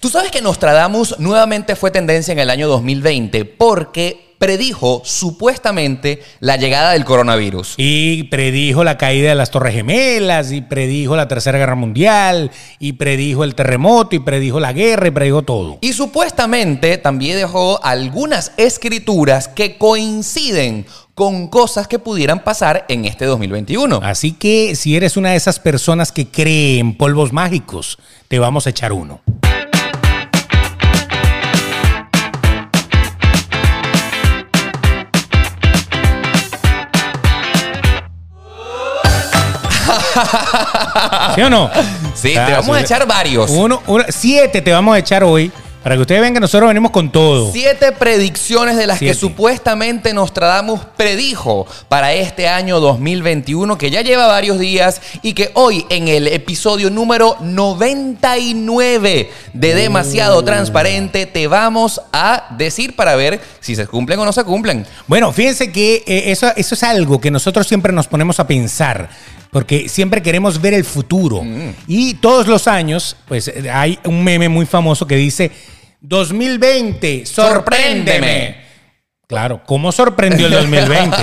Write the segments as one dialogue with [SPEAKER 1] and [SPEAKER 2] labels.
[SPEAKER 1] Tú sabes que Nostradamus nuevamente fue tendencia en el año 2020 porque predijo supuestamente la llegada del coronavirus.
[SPEAKER 2] Y predijo la caída de las Torres Gemelas, y predijo la Tercera Guerra Mundial, y predijo el terremoto, y predijo la guerra, y predijo todo.
[SPEAKER 1] Y supuestamente también dejó algunas escrituras que coinciden con cosas que pudieran pasar en este 2021.
[SPEAKER 2] Así que si eres una de esas personas que cree en polvos mágicos, te vamos a echar uno. ¿Sí o no?
[SPEAKER 1] Sí,
[SPEAKER 2] Ah,
[SPEAKER 1] te vamos a
[SPEAKER 2] sí.
[SPEAKER 1] echar varios.
[SPEAKER 2] Uno, uno- siete te vamos a echar hoy. Para que ustedes vean que nosotros venimos con todo.
[SPEAKER 1] Siete predicciones de las
[SPEAKER 2] Siete.
[SPEAKER 1] que supuestamente Nostradamus predijo para este año 2021, que ya lleva varios días y que hoy en el episodio número 99 de
[SPEAKER 2] Mm.
[SPEAKER 1] Demasiado Transparente te vamos a decir para ver si se cumplen o no se cumplen.
[SPEAKER 2] Bueno, fíjense que eh, eso, eso es algo que nosotros siempre nos ponemos a pensar, porque siempre queremos ver el futuro. Y todos los años, pues eh, hay un meme muy famoso que dice, 2020, sorpréndeme.
[SPEAKER 1] Sorpréndeme.
[SPEAKER 2] Claro, ¿cómo sorprendió el 2020?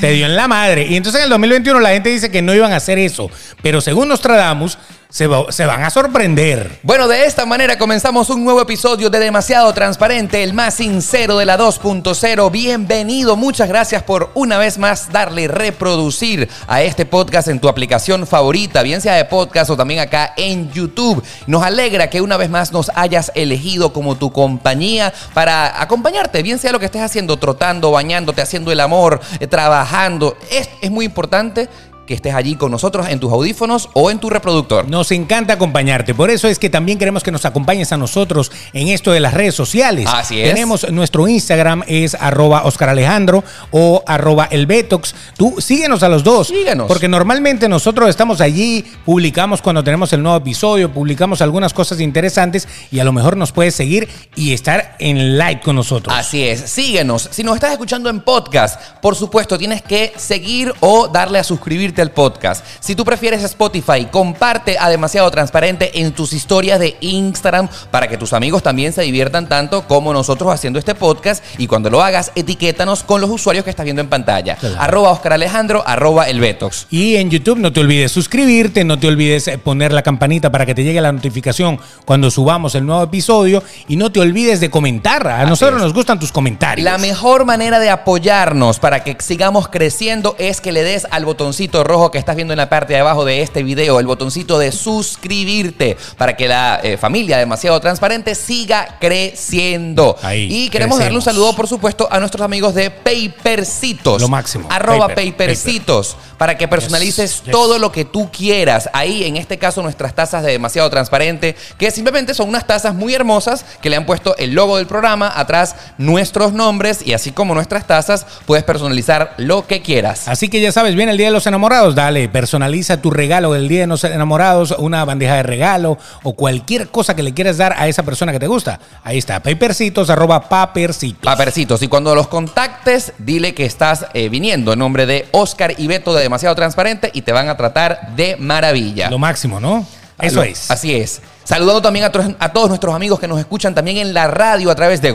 [SPEAKER 2] Te dio en la madre. Y entonces en el 2021 la gente dice que no iban a hacer eso, pero según Nostradamus, se, va- se van a sorprender.
[SPEAKER 1] Bueno, de esta manera comenzamos un nuevo episodio de Demasiado Transparente, el más sincero de la 2.0. Bienvenido, muchas gracias por una vez más darle reproducir a este podcast en tu aplicación favorita, bien sea de podcast o también acá en YouTube. Nos alegra que una vez más nos hayas elegido como tu compañía para acompañarte, bien sea lo que estés haciendo, trotando, bañándote, haciendo el amor, eh, trabajando. Es, es muy importante que estés allí con nosotros en tus audífonos o en tu reproductor.
[SPEAKER 2] Nos encanta acompañarte. Por eso es que también queremos que nos acompañes a nosotros en esto de las redes sociales.
[SPEAKER 1] Así es.
[SPEAKER 2] Tenemos nuestro Instagram, es arroba Oscar Alejandro o arroba el Betox. Tú síguenos a los dos.
[SPEAKER 1] Síguenos.
[SPEAKER 2] Porque normalmente nosotros estamos allí, publicamos cuando tenemos el nuevo episodio, publicamos algunas cosas interesantes y a lo mejor nos puedes seguir y estar en like con nosotros.
[SPEAKER 1] Así es, síguenos. Si nos estás escuchando en podcast, por supuesto, tienes que seguir o darle a suscribirte al podcast. Si tú prefieres Spotify, comparte a demasiado transparente en tus historias de Instagram para que tus amigos también se diviertan tanto como nosotros haciendo este podcast. Y cuando lo hagas, etiquétanos con los usuarios que estás viendo en pantalla.
[SPEAKER 2] Claro.
[SPEAKER 1] Arroba Oscar Alejandro, arroba el Betox.
[SPEAKER 2] Y en YouTube no te olvides suscribirte, no te olvides eh, poner la campanita para que te llegue la notificación cuando subamos el nuevo episodio y no te olvides de comentar. A nosotros nos gustan tus comentarios.
[SPEAKER 1] La mejor manera de apoyarnos para que sigamos creciendo es que le des al botoncito rojo que estás viendo en la parte de abajo de este video, el botoncito de suscribirte, para que la eh, familia demasiado transparente siga creciendo.
[SPEAKER 2] Ahí,
[SPEAKER 1] y queremos darle un
[SPEAKER 2] crecemos.
[SPEAKER 1] saludo, por supuesto, a nuestros amigos de Papercitos.
[SPEAKER 2] Lo máximo.
[SPEAKER 1] Arroba
[SPEAKER 2] Paper,
[SPEAKER 1] Papercitos, para que personalices
[SPEAKER 2] Yes, yes.
[SPEAKER 1] todo lo que tú quieras. Ahí, en este caso, nuestras tazas de demasiado transparente, que simplemente son unas tazas muy hermosas que le han puesto el logo del programa, atrás nuestros nombres y así como nuestras tazas, puedes personalizar lo que quieras.
[SPEAKER 2] Así que ya sabes, viene el Día de los Enamorados, dale, personaliza tu regalo del Día de los Enamorados, una bandeja de regalo o cualquier cosa que le quieras dar a esa persona que te gusta. Ahí está, papercitos, arroba papercitos.
[SPEAKER 1] Papercitos, y cuando los contactes, dile que estás eh, viniendo en nombre de Oscar y Beto de Demasiado Transparente y te van a tratar de maravilla.
[SPEAKER 2] Lo máximo, ¿no? Eso
[SPEAKER 1] Lo-
[SPEAKER 2] es.
[SPEAKER 1] Así es. Saludando también a, tros- a todos nuestros amigos que nos escuchan también en la radio a través de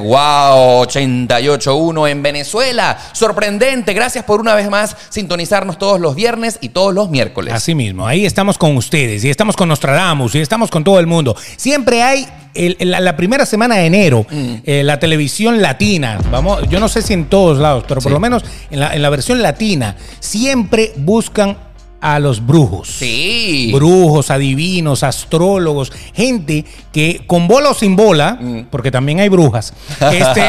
[SPEAKER 1] Wow881 en Venezuela. Sorprendente. Gracias por una vez más sintonizarnos todos los viernes y todos los miércoles.
[SPEAKER 2] Así mismo, ahí estamos con ustedes, y estamos con Nostradamus, y estamos con todo el mundo. Siempre hay el- el- la, la primera semana de enero,
[SPEAKER 1] Mm.
[SPEAKER 2] eh, la televisión latina, vamos, yo no sé si en todos lados, pero por
[SPEAKER 1] Sí.
[SPEAKER 2] lo menos en la, en la versión latina, siempre buscan a los brujos.
[SPEAKER 1] Sí.
[SPEAKER 2] Brujos, adivinos, astrólogos, gente que con bola o sin bola,
[SPEAKER 1] Mm.
[SPEAKER 2] porque también hay brujas, este,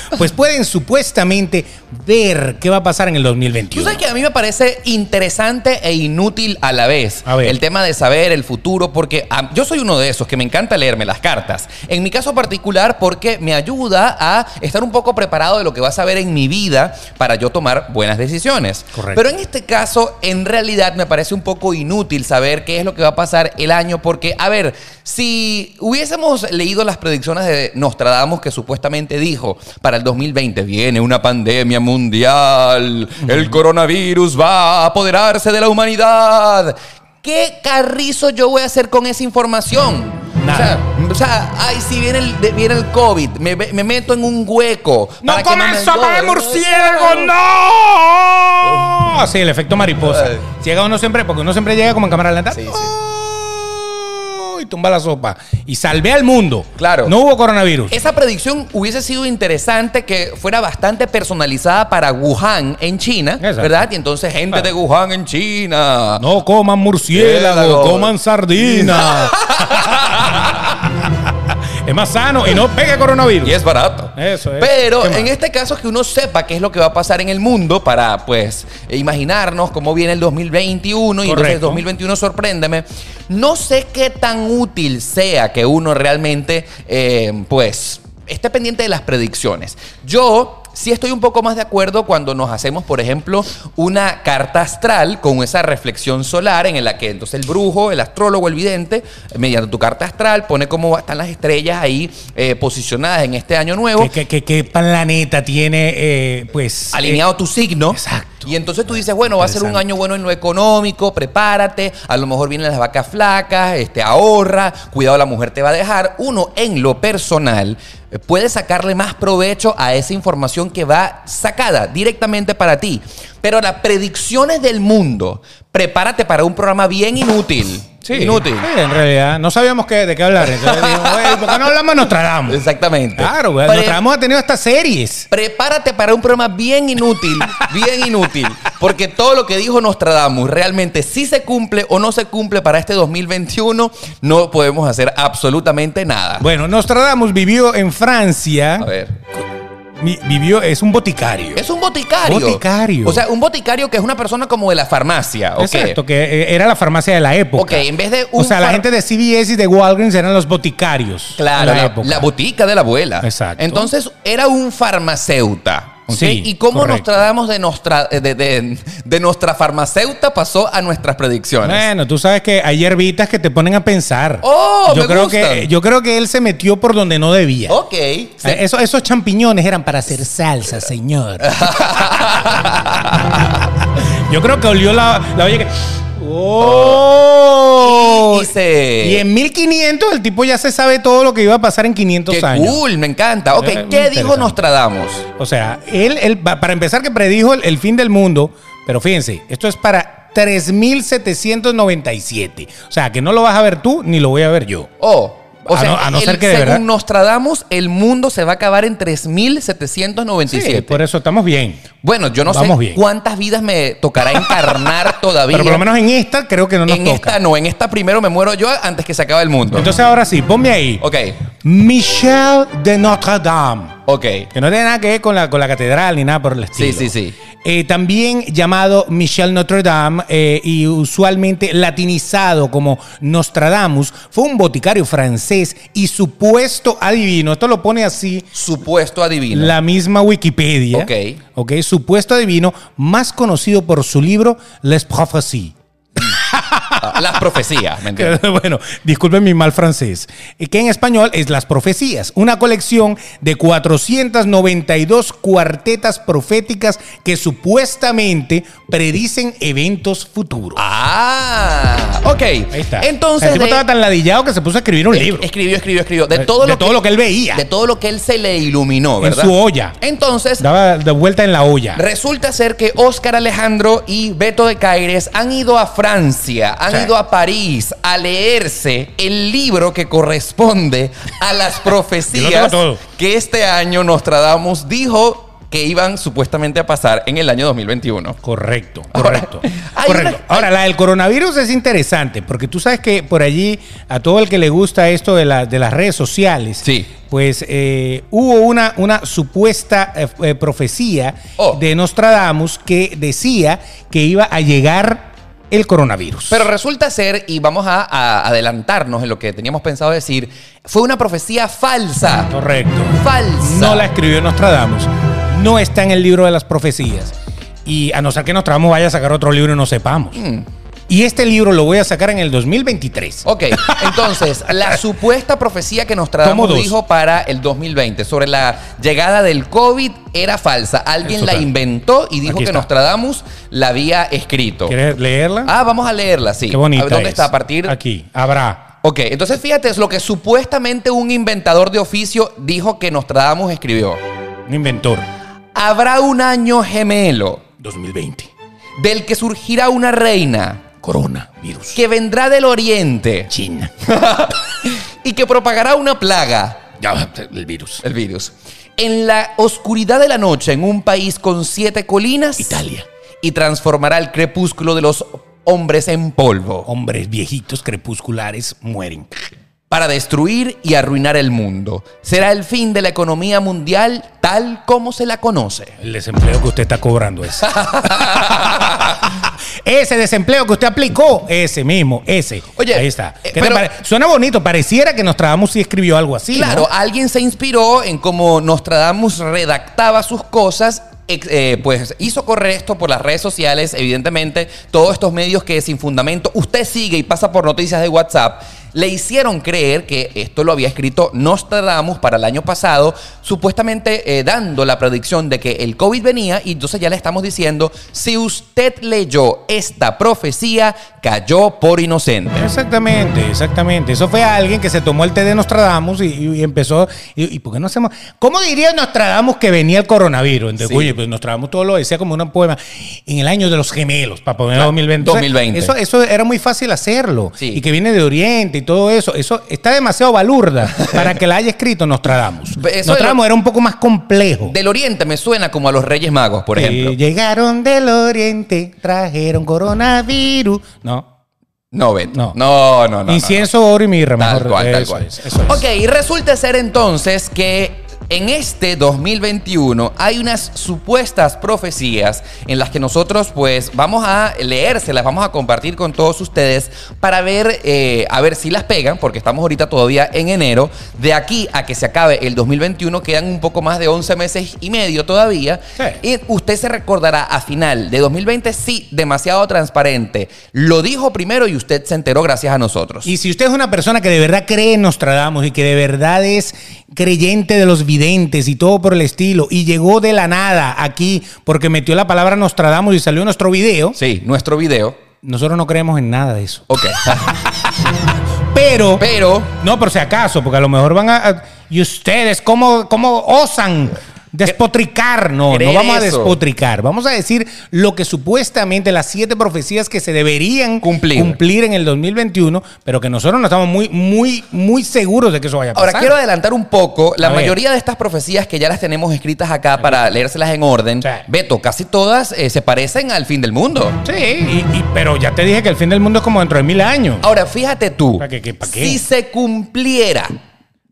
[SPEAKER 2] pues pueden supuestamente ver qué va a pasar en el
[SPEAKER 1] Tú
[SPEAKER 2] 2021.
[SPEAKER 1] sabes que a mí me parece interesante e inútil a la vez
[SPEAKER 2] A ver.
[SPEAKER 1] el tema de saber el futuro, porque ah, yo soy uno de esos que me encanta leerme las cartas. En mi caso particular, porque me ayuda a estar un poco preparado de lo que vas a ver en mi vida para yo tomar buenas decisiones.
[SPEAKER 2] Correcto.
[SPEAKER 1] Pero en este caso, en realidad me parece un poco inútil saber qué es lo que va a pasar el año, porque, a ver, si hubiésemos leído las predicciones de Nostradamus que supuestamente dijo para el 2020 viene una pandemia mundial, el coronavirus va a apoderarse de la humanidad, ¿qué carrizo yo voy a hacer con esa información?
[SPEAKER 2] Nada.
[SPEAKER 1] O sea, o sea, ay, si viene el, de- viene el COVID, me, me meto en un hueco. para
[SPEAKER 2] ¡No
[SPEAKER 1] que
[SPEAKER 2] coman
[SPEAKER 1] me
[SPEAKER 2] sopa de
[SPEAKER 1] engorde.
[SPEAKER 2] murciélago! ¡No! Sí, el efecto mariposa.
[SPEAKER 1] Ay.
[SPEAKER 2] Llega uno siempre, porque uno siempre llega como en cámara lenta.
[SPEAKER 1] Sí, sí.
[SPEAKER 2] ¡Oh! Y tumba la sopa. Y salvé al mundo.
[SPEAKER 1] Claro.
[SPEAKER 2] No hubo coronavirus.
[SPEAKER 1] Esa predicción hubiese sido interesante que fuera bastante personalizada para Wuhan en China,
[SPEAKER 2] Exacto.
[SPEAKER 1] ¿verdad? Y entonces gente de Wuhan en China.
[SPEAKER 2] No coman murciélago,
[SPEAKER 1] Murciélago.
[SPEAKER 2] coman sardina. es más sano y no pegue coronavirus.
[SPEAKER 1] Y es barato.
[SPEAKER 2] Eso es.
[SPEAKER 1] Pero
[SPEAKER 2] ¿Qué más?
[SPEAKER 1] en este caso es que uno sepa qué es lo que va a pasar en el mundo para, pues, imaginarnos cómo viene el 2021 y entonces el
[SPEAKER 2] Correcto.
[SPEAKER 1] 2021 sorpréndeme. No sé qué tan útil sea que uno realmente, eh, pues, esté pendiente de las predicciones. Yo... Sí estoy un poco más de acuerdo cuando nos hacemos, por ejemplo, una carta astral con esa reflexión solar en la que entonces el brujo, el astrólogo, el vidente, eh, mediante tu carta astral, pone cómo están las estrellas ahí eh, posicionadas en este año nuevo
[SPEAKER 2] ¿Qué, qué- qué- qué planeta tiene, eh, pues.
[SPEAKER 1] alineado tu signo.
[SPEAKER 2] exacto.
[SPEAKER 1] Y entonces tú dices, bueno, va a ser un
[SPEAKER 2] Interesante.
[SPEAKER 1] año bueno en lo económico, prepárate, a lo mejor vienen las vacas flacas, este, ahorra, cuidado la mujer te va a dejar. Uno en lo personal eh, puede sacarle más provecho a esa información que va sacada directamente para ti. Pero las predicciones del mundo, prepárate para un programa bien inútil.
[SPEAKER 2] Sí,
[SPEAKER 1] Inútil.
[SPEAKER 2] Sí, en realidad. No sabíamos qué- de qué hablar. Entonces dijimos, "Güey, ¿por qué no hablamos de Nostradamus?
[SPEAKER 1] Exactamente.
[SPEAKER 2] Claro, pues, güey.
[SPEAKER 1] Pre-
[SPEAKER 2] Nostradamus ha tenido hasta series.
[SPEAKER 1] Prepárate para un programa bien inútil, bien inútil, porque todo lo que dijo Nostradamus realmente si se cumple o no se cumple para este 2021, no podemos hacer absolutamente nada.
[SPEAKER 2] Bueno, Nostradamus vivió en
[SPEAKER 1] A
[SPEAKER 2] Francia.
[SPEAKER 1] ver,
[SPEAKER 2] Mi- Vivió, es un boticario.
[SPEAKER 1] es un boticario.
[SPEAKER 2] Boticario.
[SPEAKER 1] O sea, un boticario que es una persona como de la farmacia, ¿ok?
[SPEAKER 2] Exacto, que eh, era la farmacia de la época.
[SPEAKER 1] Ok, en vez de un
[SPEAKER 2] O sea, la
[SPEAKER 1] far-
[SPEAKER 2] gente de CBS y de Walgreens eran los boticarios.
[SPEAKER 1] Claro,
[SPEAKER 2] de
[SPEAKER 1] la,
[SPEAKER 2] la época.
[SPEAKER 1] la botica de la abuela.
[SPEAKER 2] Exacto.
[SPEAKER 1] Entonces era un farmaceuta. ¿ok?
[SPEAKER 2] Sí,
[SPEAKER 1] ¿Y cómo
[SPEAKER 2] correcto.
[SPEAKER 1] Nostradamus de, nostra- de, de- de nuestra farmaceuta pasó a nuestras predicciones?
[SPEAKER 2] Bueno, tú sabes que hay hierbitas que te ponen a pensar.
[SPEAKER 1] ¡Oh,
[SPEAKER 2] yo
[SPEAKER 1] me
[SPEAKER 2] creo
[SPEAKER 1] gustan!
[SPEAKER 2] que Yo creo que él se metió por donde no debía.
[SPEAKER 1] Ok.
[SPEAKER 2] Eh, esos- esos champiñones eran para hacer salsa, señor. Yo creo que olió la, la olla que... ¡Oh! eh,
[SPEAKER 1] Y- y se-
[SPEAKER 2] Y en 1500 el tipo ya se sabe todo lo que iba a pasar en 500
[SPEAKER 1] Qué
[SPEAKER 2] años.
[SPEAKER 1] cool, me encanta. Ok,
[SPEAKER 2] Eh, muy
[SPEAKER 1] ¿qué dijo
[SPEAKER 2] interesante.
[SPEAKER 1] Nostradamus?
[SPEAKER 2] O sea, él, él, pa- para empezar, que predijo el, el fin del mundo, pero fíjense, esto es para 3.797. O sea, que no lo vas a ver tú ni lo voy a ver yo.
[SPEAKER 1] Oh, o
[SPEAKER 2] A
[SPEAKER 1] sea,
[SPEAKER 2] no- a no
[SPEAKER 1] el-
[SPEAKER 2] ser que de
[SPEAKER 1] según
[SPEAKER 2] verdad-
[SPEAKER 1] Nostradamus, el mundo se va a acabar en 3797.
[SPEAKER 2] Sí, por eso estamos bien.
[SPEAKER 1] Bueno, yo no sé
[SPEAKER 2] Vamos bien.
[SPEAKER 1] cuántas vidas me tocará encarnar todavía.
[SPEAKER 2] Pero por lo menos en esta creo que no nos
[SPEAKER 1] en
[SPEAKER 2] toca.
[SPEAKER 1] esta no, en esta primero me muero yo antes que se acabe el mundo.
[SPEAKER 2] Entonces ahora sí, ponme ahí.
[SPEAKER 1] ok,
[SPEAKER 2] Michel de Notre Dame.
[SPEAKER 1] ok.
[SPEAKER 2] Que no tiene nada que ver con la, con la catedral ni nada por el estilo.
[SPEAKER 1] sí, sí.
[SPEAKER 2] Eh, también llamado Michel Notre Dame eh, y usualmente latinizado como Nostradamus, fue un boticario francés y supuesto adivino. Esto lo pone así
[SPEAKER 1] Supuesto adivino.
[SPEAKER 2] la misma Wikipedia.
[SPEAKER 1] Ok.
[SPEAKER 2] Ok, supuesto adivino, más conocido por su libro Les Prophéties.
[SPEAKER 1] Ah, Las profecías, ¿me entiendes?
[SPEAKER 2] bueno, disculpen mi mal francés. Eh, Que en español es Las Profecías, una colección de 492 cuartetas proféticas que supuestamente predicen eventos futuros.
[SPEAKER 1] Ah, ok.
[SPEAKER 2] Ahí está.
[SPEAKER 1] Entonces,
[SPEAKER 2] el tipo
[SPEAKER 1] de-
[SPEAKER 2] estaba tan ladillado que se puso a escribir un
[SPEAKER 1] Es-
[SPEAKER 2] libro. Eh,
[SPEAKER 1] Escribió, escribió, escribió. De todo,
[SPEAKER 2] de
[SPEAKER 1] lo,
[SPEAKER 2] todo
[SPEAKER 1] que,
[SPEAKER 2] lo Eh, que él veía.
[SPEAKER 1] de todo lo que él se le iluminó,
[SPEAKER 2] en
[SPEAKER 1] ¿verdad?
[SPEAKER 2] su olla.
[SPEAKER 1] Entonces,
[SPEAKER 2] Daba de vuelta en la olla.
[SPEAKER 1] resulta ser que Óscar Alejandro y Beto de Caires han ido a Francia, han
[SPEAKER 2] Sí.
[SPEAKER 1] ido a París a leerse el libro que corresponde a las
[SPEAKER 2] Yo lo tengo
[SPEAKER 1] profecías
[SPEAKER 2] todo.
[SPEAKER 1] que este año Nostradamus dijo que iban supuestamente a pasar en el año 2021.
[SPEAKER 2] Correcto, correcto.
[SPEAKER 1] Hay
[SPEAKER 2] correcto.
[SPEAKER 1] una-
[SPEAKER 2] Ahora, la del coronavirus es interesante, porque tú sabes que por allí, a todo el que le gusta esto de, la- de las redes sociales,
[SPEAKER 1] Sí.
[SPEAKER 2] pues eh, hubo una, una supuesta eh, eh, profecía
[SPEAKER 1] Oh.
[SPEAKER 2] de Nostradamus que decía que iba a llegar el coronavirus.
[SPEAKER 1] Pero resulta ser, y vamos a, a adelantarnos en lo que teníamos pensado decir, fue una profecía falsa.
[SPEAKER 2] correcto.
[SPEAKER 1] Falsa.
[SPEAKER 2] No la escribió Nostradamus. No está en el libro de las profecías. Y a no ser que Nostradamus vaya a sacar otro libro y no sepamos.
[SPEAKER 1] Mm.
[SPEAKER 2] Y este libro lo voy a sacar en el 2023.
[SPEAKER 1] Ok, entonces, la supuesta profecía que
[SPEAKER 2] Tomo
[SPEAKER 1] Nostradamus
[SPEAKER 2] dos.
[SPEAKER 1] dijo para el 2020 sobre la llegada del COVID era falsa. Alguien
[SPEAKER 2] Eso
[SPEAKER 1] la
[SPEAKER 2] está.
[SPEAKER 1] inventó y dijo
[SPEAKER 2] Aquí
[SPEAKER 1] que
[SPEAKER 2] está.
[SPEAKER 1] Nostradamus la había escrito.
[SPEAKER 2] ¿Quieres leerla?
[SPEAKER 1] Ah, vamos a leerla, sí.
[SPEAKER 2] Qué bonita.
[SPEAKER 1] A ver, ¿Dónde
[SPEAKER 2] es.
[SPEAKER 1] está? A partir.
[SPEAKER 2] Aquí. Habrá.
[SPEAKER 1] Ok, entonces fíjate, es lo que supuestamente un inventador de oficio dijo que Nostradamus escribió.
[SPEAKER 2] Un inventor.
[SPEAKER 1] Habrá un año gemelo
[SPEAKER 2] 2020.
[SPEAKER 1] del que surgirá una reina
[SPEAKER 2] Coronavirus.
[SPEAKER 1] que vendrá del oriente
[SPEAKER 2] China.
[SPEAKER 1] y que propagará una plaga.
[SPEAKER 2] Ya, el virus.
[SPEAKER 1] El virus. En la oscuridad de la noche, en un país con siete colinas.
[SPEAKER 2] Italia.
[SPEAKER 1] Y transformará el crepúsculo de los hombres en polvo.
[SPEAKER 2] Hombres viejitos crepusculares mueren.
[SPEAKER 1] Para destruir y arruinar el mundo. Será el fin de la economía mundial tal como se la conoce.
[SPEAKER 2] El desempleo que usted está cobrando es. ese desempleo que usted aplicó, ese mismo, ese.
[SPEAKER 1] Oye,
[SPEAKER 2] ahí está.
[SPEAKER 1] eh,
[SPEAKER 2] ¿Qué te
[SPEAKER 1] pero-
[SPEAKER 2] pare- Suena bonito, pareciera que Nostradamus sí escribió algo así. ¿no?
[SPEAKER 1] Claro, alguien se inspiró en cómo Nostradamus redactaba sus cosas. ex- eh, pues hizo correr esto por las redes sociales, evidentemente, todos estos medios que sin fundamento usted sigue y pasa por noticias de WhatsApp, le hicieron creer que esto lo había escrito Nostradamus para el año pasado, supuestamente eh, dando la predicción de que el COVID venía y entonces ya le estamos diciendo, si usted leyó esta profecía, cayó por inocente.
[SPEAKER 2] Exactamente, exactamente. Eso fue alguien que se tomó el té de Nostradamus y, y- y empezó. Y, y por qué no hacemos? ¿Cómo diría Nostradamus que venía el coronavirus? Entonces,
[SPEAKER 1] Sí.
[SPEAKER 2] Oye, pues Nostradamus todo lo decía como un poema en el año de los gemelos, para poner 2020.
[SPEAKER 1] 2020.
[SPEAKER 2] Eso, eso era muy fácil hacerlo.
[SPEAKER 1] Sí.
[SPEAKER 2] Y que viene de Oriente y todo eso. Eso está demasiado balurda para que la haya escrito Nostradamus.
[SPEAKER 1] Eso era-
[SPEAKER 2] Nostradamus era un poco más complejo.
[SPEAKER 1] Del Oriente me suena como a los Reyes Magos, por
[SPEAKER 2] Que
[SPEAKER 1] ejemplo.
[SPEAKER 2] Llegaron del Oriente, trajeron coronavirus. No.
[SPEAKER 1] No, Beto. No,
[SPEAKER 2] No.
[SPEAKER 1] no, no. no.
[SPEAKER 2] Incienso, oro y mirra.
[SPEAKER 1] Tal
[SPEAKER 2] mejor.
[SPEAKER 1] cual, tal
[SPEAKER 2] Eso
[SPEAKER 1] cual.
[SPEAKER 2] es, eso es.
[SPEAKER 1] Ok, y resulta ser entonces que en este 2021 hay unas supuestas profecías en las que nosotros pues vamos a leérselas, vamos a compartir con todos ustedes para ver, eh, a ver si las pegan, porque estamos ahorita todavía en enero. De aquí a que se acabe el 2021 quedan un poco más de 11 meses y medio todavía.
[SPEAKER 2] Sí.
[SPEAKER 1] Y usted se recordará a final de 2020, sí, demasiado transparente. Lo dijo primero y usted se enteró gracias a nosotros.
[SPEAKER 2] Y si usted es una persona que de verdad cree en Nostradamus y que de verdad es creyente de los videntes y todo por el estilo, y llegó de la nada aquí porque metió la palabra Nostradamus y salió nuestro video,
[SPEAKER 1] Sí, nuestro video.
[SPEAKER 2] nosotros no creemos en nada de eso.
[SPEAKER 1] Ok.
[SPEAKER 2] Pero,
[SPEAKER 1] Pero
[SPEAKER 2] no por si acaso, porque a lo mejor van a... a- ¿Y ustedes cómo, cómo osan? Despotricar, no, no
[SPEAKER 1] Creer
[SPEAKER 2] vamos a
[SPEAKER 1] eso.
[SPEAKER 2] despotricar. Vamos a decir lo que supuestamente las siete profecías que se deberían
[SPEAKER 1] Cumplir.
[SPEAKER 2] en el 2021, pero que nosotros no estamos muy, muy, muy seguros de que eso vaya a pasar.
[SPEAKER 1] ahora quiero adelantar un poco. La
[SPEAKER 2] A ver.
[SPEAKER 1] mayoría de estas profecías que ya las tenemos escritas acá para leérselas en orden,
[SPEAKER 2] Sí.
[SPEAKER 1] Beto, casi todas eh, se parecen al fin del mundo.
[SPEAKER 2] Sí, y- y- pero ya te dije que el fin del mundo es como dentro de mil años.
[SPEAKER 1] Ahora, fíjate tú,
[SPEAKER 2] ¿Para qué, qué, para qué?
[SPEAKER 1] si se cumpliera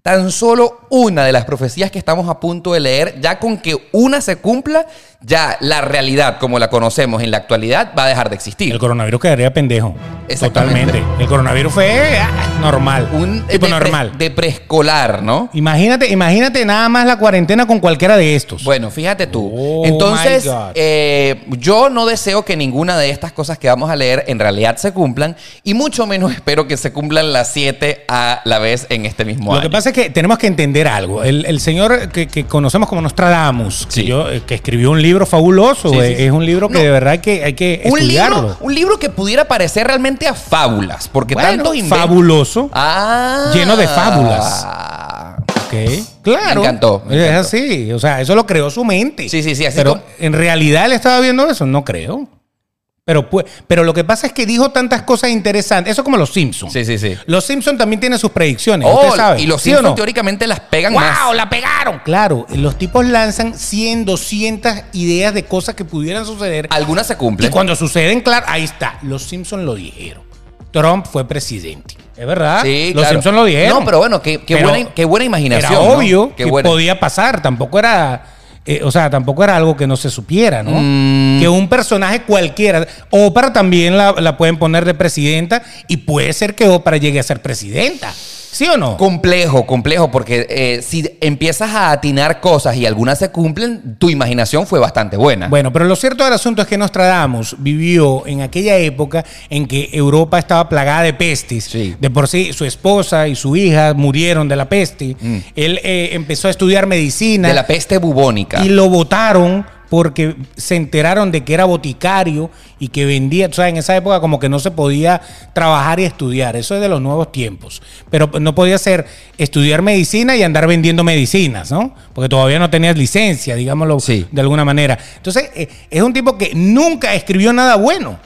[SPEAKER 1] tan solo una de las profecías que estamos a punto de leer, ya con que una se cumpla, ya la realidad como la conocemos en la actualidad va a dejar de
[SPEAKER 2] El
[SPEAKER 1] existir.
[SPEAKER 2] coronavirus quedaría pendejo.
[SPEAKER 1] Exactamente.
[SPEAKER 2] Totalmente. El coronavirus fue ah, normal.
[SPEAKER 1] Un eh,
[SPEAKER 2] tipo
[SPEAKER 1] de pre-
[SPEAKER 2] normal.
[SPEAKER 1] de preescolar, ¿no?
[SPEAKER 2] Imagínate, imagínate nada más la cuarentena con cualquiera de estos.
[SPEAKER 1] Bueno, fíjate tú.
[SPEAKER 2] Oh,
[SPEAKER 1] Entonces,
[SPEAKER 2] my God.
[SPEAKER 1] eh, yo no deseo que ninguna de estas cosas que vamos a leer en realidad se cumplan y mucho menos espero que se cumplan las siete a la vez en este mismo
[SPEAKER 2] Lo
[SPEAKER 1] año.
[SPEAKER 2] que pasa es que tenemos que entender algo. El, el señor que, que conocemos como Nostradamus,
[SPEAKER 1] Sí.
[SPEAKER 2] que, yo- eh, que escribió un libro fabuloso,
[SPEAKER 1] Sí, sí,
[SPEAKER 2] eh,
[SPEAKER 1] sí.
[SPEAKER 2] es un libro que
[SPEAKER 1] No.
[SPEAKER 2] de verdad hay que, hay que
[SPEAKER 1] un
[SPEAKER 2] estudiarlo.
[SPEAKER 1] libro, un libro que pudiera parecer realmente a fábulas, porque
[SPEAKER 2] Bueno,
[SPEAKER 1] tantos inventos.
[SPEAKER 2] fabuloso.
[SPEAKER 1] Ah.
[SPEAKER 2] Lleno de fábulas. Ok. Claro.
[SPEAKER 1] Me encantó, me
[SPEAKER 2] es
[SPEAKER 1] encantó.
[SPEAKER 2] así. O sea, eso lo creó su mente.
[SPEAKER 1] Sí, sí, sí, así
[SPEAKER 2] pero
[SPEAKER 1] como-
[SPEAKER 2] en realidad él estaba viendo eso, no creo. Pero, pues, pero lo que pasa es que dijo tantas cosas interesantes. Eso es como los Simpsons.
[SPEAKER 1] Sí, sí, sí.
[SPEAKER 2] Los Simpsons también tienen sus predicciones.
[SPEAKER 1] Oh,
[SPEAKER 2] usted sabe.
[SPEAKER 1] y los
[SPEAKER 2] ¿sí
[SPEAKER 1] Simpsons
[SPEAKER 2] o no?
[SPEAKER 1] teóricamente las pegan
[SPEAKER 2] ¡Wow!
[SPEAKER 1] más.
[SPEAKER 2] ¡La pegaron! Claro, los tipos lanzan 100, 200 ideas de cosas que pudieran suceder.
[SPEAKER 1] Algunas se
[SPEAKER 2] Y
[SPEAKER 1] cumplen.
[SPEAKER 2] cuando suceden, claro, ahí está. Los Simpsons lo dijeron. Trump fue presidente. Es verdad.
[SPEAKER 1] Sí,
[SPEAKER 2] los
[SPEAKER 1] claro.
[SPEAKER 2] Simpsons lo dijeron.
[SPEAKER 1] No, pero bueno, qué, qué
[SPEAKER 2] Pero
[SPEAKER 1] buena, qué buena imaginación.
[SPEAKER 2] Era
[SPEAKER 1] ¿no?
[SPEAKER 2] obvio
[SPEAKER 1] Qué
[SPEAKER 2] que
[SPEAKER 1] buena.
[SPEAKER 2] podía pasar. Tampoco era. eh, o sea, tampoco era algo que no se supiera, ¿no?
[SPEAKER 1] Mm.
[SPEAKER 2] Que un personaje cualquiera. Oprah también la, la pueden poner de presidenta y puede ser que Oprah llegue a ser presidenta. ¿Sí o no?
[SPEAKER 1] Complejo, complejo, porque eh, si empiezas a atinar cosas y algunas se cumplen, tu imaginación fue bastante buena.
[SPEAKER 2] Bueno, pero lo cierto del asunto es que Nostradamus vivió en aquella época en que Europa estaba plagada de pestes.
[SPEAKER 1] Sí.
[SPEAKER 2] De por sí, su esposa y su hija murieron de la
[SPEAKER 1] Mm.
[SPEAKER 2] peste. Él eh, empezó a estudiar medicina
[SPEAKER 1] de la peste bubónica.
[SPEAKER 2] y lo votaron porque se enteraron de que era boticario y que vendía, o sea, en esa época como que no se podía trabajar y estudiar, eso es de los nuevos tiempos, pero no podía ser estudiar medicina y andar vendiendo medicinas, ¿no? Porque todavía no tenías licencia, digámoslo
[SPEAKER 1] Sí.
[SPEAKER 2] de alguna manera. Entonces, eh, es un tipo que nunca escribió nada bueno.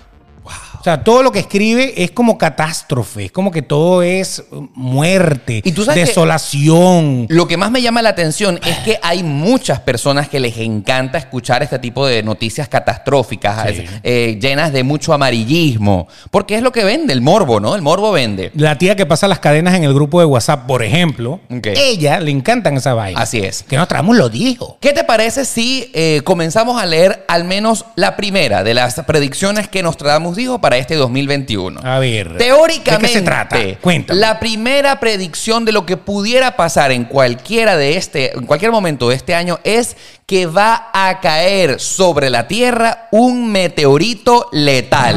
[SPEAKER 2] O sea, todo lo que escribe es como catástrofe, es como que todo es muerte,
[SPEAKER 1] Y tú sabes que-
[SPEAKER 2] desolación.
[SPEAKER 1] Lo que más me llama la atención es que hay muchas personas que les encanta escuchar este tipo de noticias catastróficas,
[SPEAKER 2] Sí.
[SPEAKER 1] eh, llenas de mucho amarillismo, porque es lo que vende, el morbo, ¿no? El morbo vende.
[SPEAKER 2] La tía que pasa las cadenas en el grupo de WhatsApp, por ejemplo,
[SPEAKER 1] Ok.
[SPEAKER 2] ella le encantan esa vaina.
[SPEAKER 1] Así es.
[SPEAKER 2] Que Nostradamus lo dijo.
[SPEAKER 1] ¿Qué te parece si eh, comenzamos a leer al menos la primera de las predicciones que Nostradamus dijo para este 2021?
[SPEAKER 2] A ver.
[SPEAKER 1] Teóricamente,
[SPEAKER 2] ¿De qué se trata? Cuéntame.
[SPEAKER 1] la primera predicción de lo que pudiera pasar en cualquiera de este, en cualquier momento de este año es que va a caer sobre la Tierra un meteorito letal.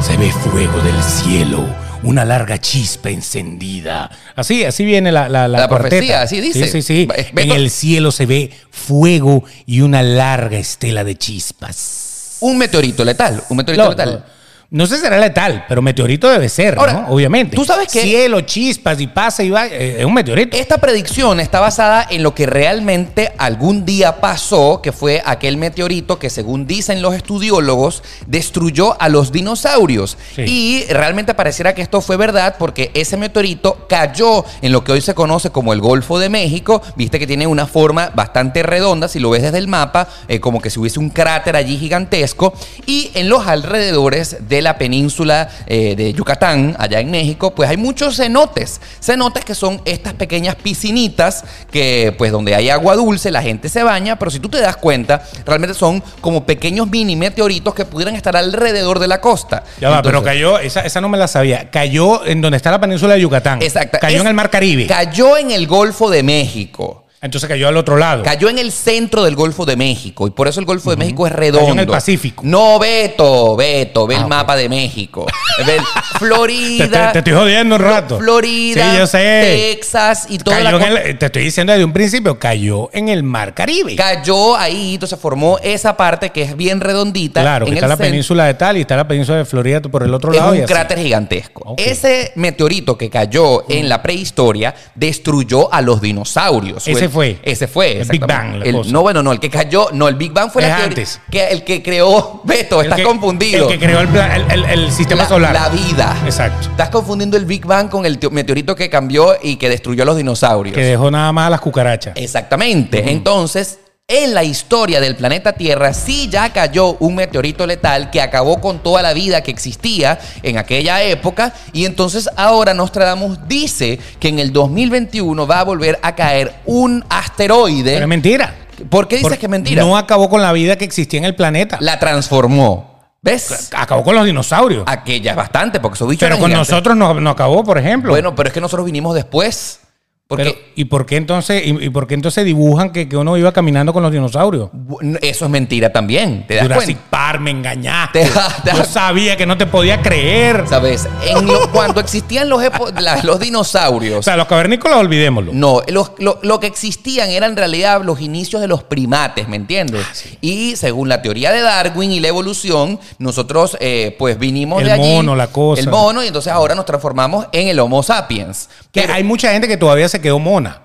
[SPEAKER 2] Se ve fuego del cielo, una larga chispa encendida. Así, así viene la, la, la
[SPEAKER 1] La profecía,
[SPEAKER 2] cuarteta.
[SPEAKER 1] así dice.
[SPEAKER 2] Sí, sí, sí.
[SPEAKER 1] Eh,
[SPEAKER 2] En
[SPEAKER 1] Beto-
[SPEAKER 2] el cielo se ve fuego y una larga estela de chispas.
[SPEAKER 1] Un meteorito letal, un meteorito
[SPEAKER 2] No,
[SPEAKER 1] letal.
[SPEAKER 2] No, no sé si será letal, pero meteorito debe ser,
[SPEAKER 1] Ahora,
[SPEAKER 2] ¿no? Obviamente.
[SPEAKER 1] tú sabes que-
[SPEAKER 2] Cielo, chispas y pasa y va. eh, Es un meteorito.
[SPEAKER 1] Esta predicción está basada en lo que realmente algún día pasó, que fue aquel meteorito que según dicen los estudiólogos destruyó a los dinosaurios.
[SPEAKER 2] Sí.
[SPEAKER 1] Y realmente pareciera que esto fue verdad porque ese meteorito cayó en lo que hoy se conoce como el Golfo de México. Viste que tiene una forma bastante redonda, si lo ves desde el mapa, eh, como que si hubiese un cráter allí gigantesco. Y en los alrededores de la península eh, de Yucatán, allá en México, pues hay muchos cenotes. Cenotes que son estas pequeñas piscinitas que pues donde hay agua dulce, la gente se baña, pero si tú te das cuenta, realmente son como pequeños mini meteoritos que pudieran estar alrededor de la costa.
[SPEAKER 2] Ya va, pero
[SPEAKER 1] Entonces,
[SPEAKER 2] cayó, esa, esa no me la sabía. Cayó en donde está la península de Yucatán.
[SPEAKER 1] Exacta.
[SPEAKER 2] Cayó
[SPEAKER 1] Es-
[SPEAKER 2] en el Mar Caribe.
[SPEAKER 1] Cayó en el Golfo de México.
[SPEAKER 2] Entonces cayó al otro lado.
[SPEAKER 1] Cayó en el centro del Golfo de México y por eso el Golfo de México es redondo.
[SPEAKER 2] Cayó en el Pacífico.
[SPEAKER 1] No, Beto, Beto, ve
[SPEAKER 2] Ah,
[SPEAKER 1] el
[SPEAKER 2] ok.
[SPEAKER 1] mapa de México. Ve el-
[SPEAKER 2] Te, te-
[SPEAKER 1] Florida.
[SPEAKER 2] te estoy jodiendo un rato.
[SPEAKER 1] Florida,
[SPEAKER 2] Sí, yo sé.
[SPEAKER 1] Texas y toda
[SPEAKER 2] Cayó
[SPEAKER 1] la
[SPEAKER 2] en el- te estoy diciendo desde un principio, cayó en el Mar Caribe.
[SPEAKER 1] cayó ahí, entonces formó esa parte que es bien redondita.
[SPEAKER 2] claro, que
[SPEAKER 1] en
[SPEAKER 2] está
[SPEAKER 1] el
[SPEAKER 2] la
[SPEAKER 1] centro.
[SPEAKER 2] península de tal y está la península de Florida por el otro
[SPEAKER 1] Es
[SPEAKER 2] lado. y
[SPEAKER 1] un
[SPEAKER 2] así.
[SPEAKER 1] cráter gigantesco.
[SPEAKER 2] Ok. Mm.
[SPEAKER 1] Ese meteorito que cayó en la prehistoria destruyó a los dinosaurios.
[SPEAKER 2] Ese fue.
[SPEAKER 1] Ese fue.
[SPEAKER 2] El Big
[SPEAKER 1] exactamente.
[SPEAKER 2] Bang, la
[SPEAKER 1] El-
[SPEAKER 2] cosa.
[SPEAKER 1] no, bueno, no, el que cayó. No, el Big Bang fue
[SPEAKER 2] Es
[SPEAKER 1] la teoría-
[SPEAKER 2] antes.
[SPEAKER 1] Que, el que creó. Beto, pues,
[SPEAKER 2] El
[SPEAKER 1] estás
[SPEAKER 2] que-
[SPEAKER 1] confundido.
[SPEAKER 2] El que creó el, pla- el- el- el sistema
[SPEAKER 1] la,
[SPEAKER 2] solar.
[SPEAKER 1] la vida.
[SPEAKER 2] Exacto.
[SPEAKER 1] Estás confundiendo el Big Bang con el teo- meteorito que cambió y que destruyó a los dinosaurios.
[SPEAKER 2] Que dejó nada más a las cucarachas.
[SPEAKER 1] Eh. Exactamente. Entonces, en la historia del planeta Tierra sí ya cayó un meteorito letal que acabó con toda la vida que existía en aquella época. Y entonces ahora Nostradamus dice que en el 2021 va a volver a caer un
[SPEAKER 2] Pero es
[SPEAKER 1] asteroide.
[SPEAKER 2] mentira.
[SPEAKER 1] ¿Por qué dices
[SPEAKER 2] Por-
[SPEAKER 1] que es mentira?
[SPEAKER 2] No acabó con la vida que existía en el planeta.
[SPEAKER 1] La transformó. ¿Ves?
[SPEAKER 2] Acabó con los dinosaurios.
[SPEAKER 1] Aquella es bastante, porque esos bichos
[SPEAKER 2] pero
[SPEAKER 1] eran
[SPEAKER 2] con
[SPEAKER 1] gigantes.
[SPEAKER 2] nosotros no, no acabó, por ejemplo.
[SPEAKER 1] Bueno, pero es que nosotros vinimos después. Porque
[SPEAKER 2] Pero, ¿y, por qué entonces, y, y por qué entonces dibujan que, que uno iba caminando con los dinosaurios?
[SPEAKER 1] bu- eso es mentira también. ¿Te das
[SPEAKER 2] Jurassic
[SPEAKER 1] cuenta?
[SPEAKER 2] Park, me engañaste.
[SPEAKER 1] Te das- te
[SPEAKER 2] Yo
[SPEAKER 1] das-
[SPEAKER 2] sabía que no te podía creer.
[SPEAKER 1] ¿Sabes? En lo- cuando existían los, epo- la- los
[SPEAKER 2] O
[SPEAKER 1] dinosaurios.
[SPEAKER 2] sea, los cavernícolas, olvidémoslo.
[SPEAKER 1] No, los- lo, lo que existían eran en realidad los inicios de los primates, ¿me entiendes?
[SPEAKER 2] Ah,
[SPEAKER 1] Y según la teoría de Darwin y la evolución, nosotros eh, pues vinimos
[SPEAKER 2] El
[SPEAKER 1] de allí.
[SPEAKER 2] mono, la cosa.
[SPEAKER 1] El mono, y entonces ahora nos transformamos en el Homo sapiens.
[SPEAKER 2] que
[SPEAKER 1] Pero-
[SPEAKER 2] hay mucha gente que todavía se quedó mona.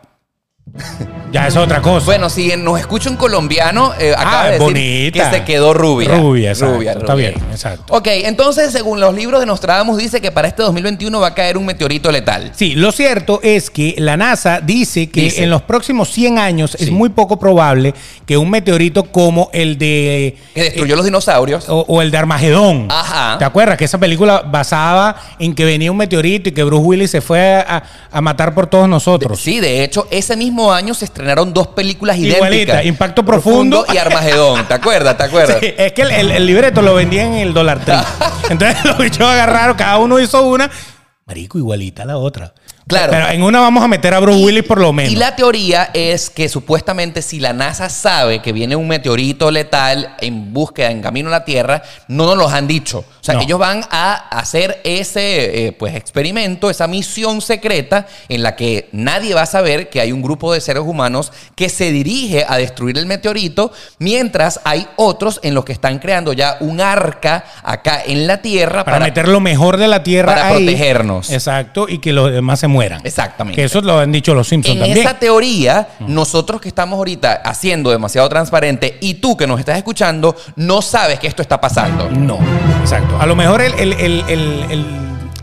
[SPEAKER 2] ya es otra cosa.
[SPEAKER 1] Bueno, si nos escucha un colombiano, eh, acaba
[SPEAKER 2] Ah,
[SPEAKER 1] de decir
[SPEAKER 2] bonita.
[SPEAKER 1] que se quedó rubia.
[SPEAKER 2] Rubia, exacto. Está bien, exacto.
[SPEAKER 1] Ok, entonces, según los libros de Nostradamus, dice que para este 2021 va a caer un meteorito letal.
[SPEAKER 2] Sí, lo cierto es que la NASA dice que
[SPEAKER 1] Dice.
[SPEAKER 2] en los próximos 100 años es
[SPEAKER 1] Sí.
[SPEAKER 2] muy poco probable que un meteorito como el de
[SPEAKER 1] Que
[SPEAKER 2] Eh,
[SPEAKER 1] destruyó los dinosaurios.
[SPEAKER 2] o, o el de Armagedón.
[SPEAKER 1] Ajá.
[SPEAKER 2] ¿Te acuerdas que esa película basaba en que venía un meteorito y que Bruce Willis se fue a, a- a matar por todos nosotros?
[SPEAKER 1] Sí, de hecho, ese mismo año se estrenaron dos películas idénticas.
[SPEAKER 2] Igualita, Impacto Profundo.
[SPEAKER 1] y Armagedón. ¿Te acuerdas? ¿Te acuerdas?
[SPEAKER 2] Sí, es que el, el- el libreto lo vendían en el dólar tree. Entonces los bichos agarraron, cada uno hizo una. Marico, igualita a la otra.
[SPEAKER 1] Claro.
[SPEAKER 2] Pero en una vamos a meter a Bruce Willis por lo menos.
[SPEAKER 1] Y la teoría es que supuestamente si la NASA sabe que viene un meteorito letal en búsqueda, en camino a la Tierra, no nos los han dicho. O sea,
[SPEAKER 2] No.
[SPEAKER 1] que ellos van a hacer ese eh, pues, experimento, esa misión secreta en la que nadie va a saber que hay un grupo de seres humanos que se dirige a destruir el meteorito, mientras hay otros en los que están creando ya un arca acá en la Tierra
[SPEAKER 2] para, meter lo mejor de la tierra
[SPEAKER 1] para
[SPEAKER 2] ahí.
[SPEAKER 1] protegernos.
[SPEAKER 2] Exacto, y que los demás se mueran.
[SPEAKER 1] Exactamente.
[SPEAKER 2] Que eso lo han dicho los Simpsons
[SPEAKER 1] En
[SPEAKER 2] también. Mm.
[SPEAKER 1] esa teoría, nosotros que estamos ahorita haciendo demasiado transparente y tú que nos estás escuchando, no sabes que esto está pasando.
[SPEAKER 2] No, exacto. A lo mejor el, el- el- el- el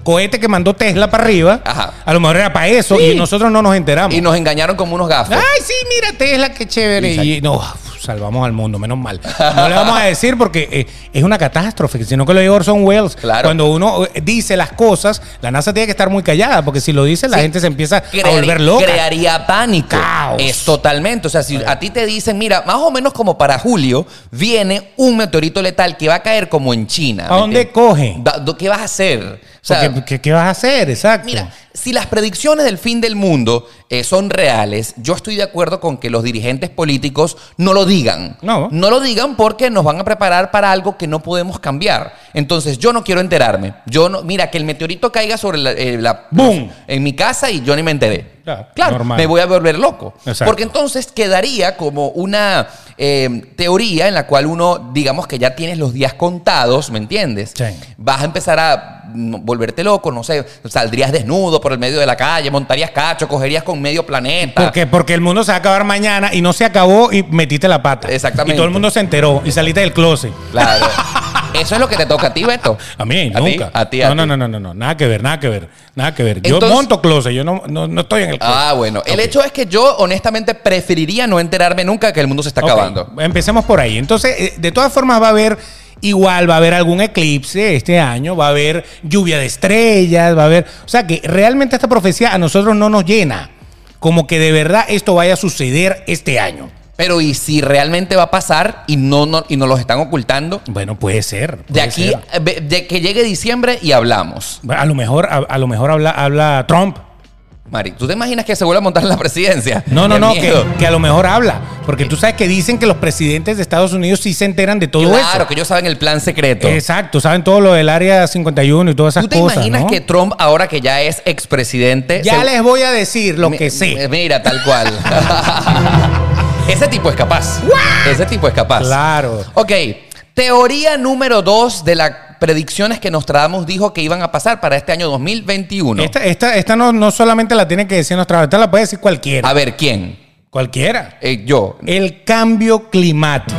[SPEAKER 2] cohete que mandó Tesla para arriba,
[SPEAKER 1] Ajá.
[SPEAKER 2] a lo mejor era para eso
[SPEAKER 1] Sí.
[SPEAKER 2] y nosotros no nos enteramos.
[SPEAKER 1] Y nos engañaron como unos gafos.
[SPEAKER 2] Ay, sí, mira Tesla, qué chévere. Y no, uf, salvamos al mundo, menos mal. No le vamos a decir porque eh, es una catástrofe, sino que lo dijo Orson Welles.
[SPEAKER 1] Claro.
[SPEAKER 2] Cuando uno eh, dice las cosas, la NASA tiene que estar muy callada porque si lo dice, la
[SPEAKER 1] Sí.
[SPEAKER 2] gente se empieza a
[SPEAKER 1] Creari-
[SPEAKER 2] volver loca.
[SPEAKER 1] Crearía pánico.
[SPEAKER 2] Caos.
[SPEAKER 1] Es totalmente. O sea, si a ti te dicen, mira, más o menos como para julio, viene un meteorito letal que va a caer como en China.
[SPEAKER 2] ¿A
[SPEAKER 1] ¿me
[SPEAKER 2] dónde
[SPEAKER 1] entiendes?
[SPEAKER 2] coge?
[SPEAKER 1] Da- do- ¿Qué vas a hacer? O sea,
[SPEAKER 2] Porque, ¿qué, qué vas a hacer? Exacto.
[SPEAKER 1] Mira, si las predicciones del fin del mundo eh, son reales, yo estoy de acuerdo con que los dirigentes políticos no lo digan.
[SPEAKER 2] No.
[SPEAKER 1] No lo digan porque nos van a preparar para algo que no podemos cambiar. Entonces, yo no quiero enterarme. Yo no, mira, que el meteorito caiga sobre la, eh, la-
[SPEAKER 2] ¡Bum!
[SPEAKER 1] en mi casa y yo ni me enteré.
[SPEAKER 2] Claro,
[SPEAKER 1] claro,
[SPEAKER 2] normal.
[SPEAKER 1] me voy a volver loco.
[SPEAKER 2] Exacto.
[SPEAKER 1] Porque entonces quedaría como una eh, teoría en la cual uno, digamos que ya tienes los días contados, ¿me entiendes?
[SPEAKER 2] Sí.
[SPEAKER 1] vas a empezar a mm, volverte loco, no sé, saldrías desnudo por el medio de la calle, montarías cacho, cogerías con medio planeta.
[SPEAKER 2] Porque, porque el mundo se va a acabar mañana y no se acabó y metiste la pata.
[SPEAKER 1] Exactamente.
[SPEAKER 2] Y todo el mundo se enteró y saliste del closet.
[SPEAKER 1] Claro. Eso es lo que te toca a ti, Beto.
[SPEAKER 2] A mí,
[SPEAKER 1] ti,
[SPEAKER 2] nunca.
[SPEAKER 1] A ti, a
[SPEAKER 2] no, no,
[SPEAKER 1] ti.
[SPEAKER 2] no, no, no, no. Nada que ver, nada que ver. Nada que ver. Yo
[SPEAKER 1] Entonces-
[SPEAKER 2] monto closet, yo no, no, no estoy en el closet.
[SPEAKER 1] Ah, bueno. El
[SPEAKER 2] Ok.
[SPEAKER 1] hecho es que yo, honestamente, preferiría no enterarme nunca que el mundo se está
[SPEAKER 2] Ok,
[SPEAKER 1] acabando.
[SPEAKER 2] Empecemos por ahí. Entonces, eh, de todas formas va a haber igual, va a haber algún eclipse este año, va a haber lluvia de estrellas, va a haber... O sea que realmente esta profecía a nosotros no nos llena. Como que de verdad esto vaya a suceder este año.
[SPEAKER 1] Pero, ¿y si realmente va a pasar y no, no, y nos los están ocultando?
[SPEAKER 2] Bueno, puede ser.
[SPEAKER 1] De
[SPEAKER 2] puede
[SPEAKER 1] aquí,
[SPEAKER 2] ser.
[SPEAKER 1] eh, ve- de que llegue diciembre y hablamos.
[SPEAKER 2] A lo mejor, a, a lo mejor habla, habla Trump.
[SPEAKER 1] Mari, ¿tú te imaginas que se vuelva a montar en la presidencia?
[SPEAKER 2] No, no,
[SPEAKER 1] Qué
[SPEAKER 2] no, que,
[SPEAKER 1] miedo.
[SPEAKER 2] que a lo mejor habla. Porque tú sabes que dicen que los presidentes de Estados Unidos sí se enteran de todo
[SPEAKER 1] Claro,
[SPEAKER 2] eso.
[SPEAKER 1] que ellos saben el plan secreto.
[SPEAKER 2] Exacto, saben todo lo del área 51 y todas esas
[SPEAKER 1] ¿Tú te
[SPEAKER 2] cosas.
[SPEAKER 1] imaginas
[SPEAKER 2] ¿no?
[SPEAKER 1] que Trump, ahora que ya es expresidente.
[SPEAKER 2] Ya
[SPEAKER 1] se-
[SPEAKER 2] les voy a decir lo
[SPEAKER 1] Mi-
[SPEAKER 2] que sé.
[SPEAKER 1] Mira, tal cual. Ese tipo es capaz. Ese tipo es capaz.
[SPEAKER 2] Claro.
[SPEAKER 1] Ok, teoría número dos de las predicciones que Nostradamus dijo que iban a pasar para este año 2021.
[SPEAKER 2] Esta, esta, esta no, no solamente la tiene que decir nuestra, esta la puede decir cualquiera.
[SPEAKER 1] A ver, ¿quién?
[SPEAKER 2] Cualquiera.
[SPEAKER 1] Eh, yo.
[SPEAKER 2] El cambio climático.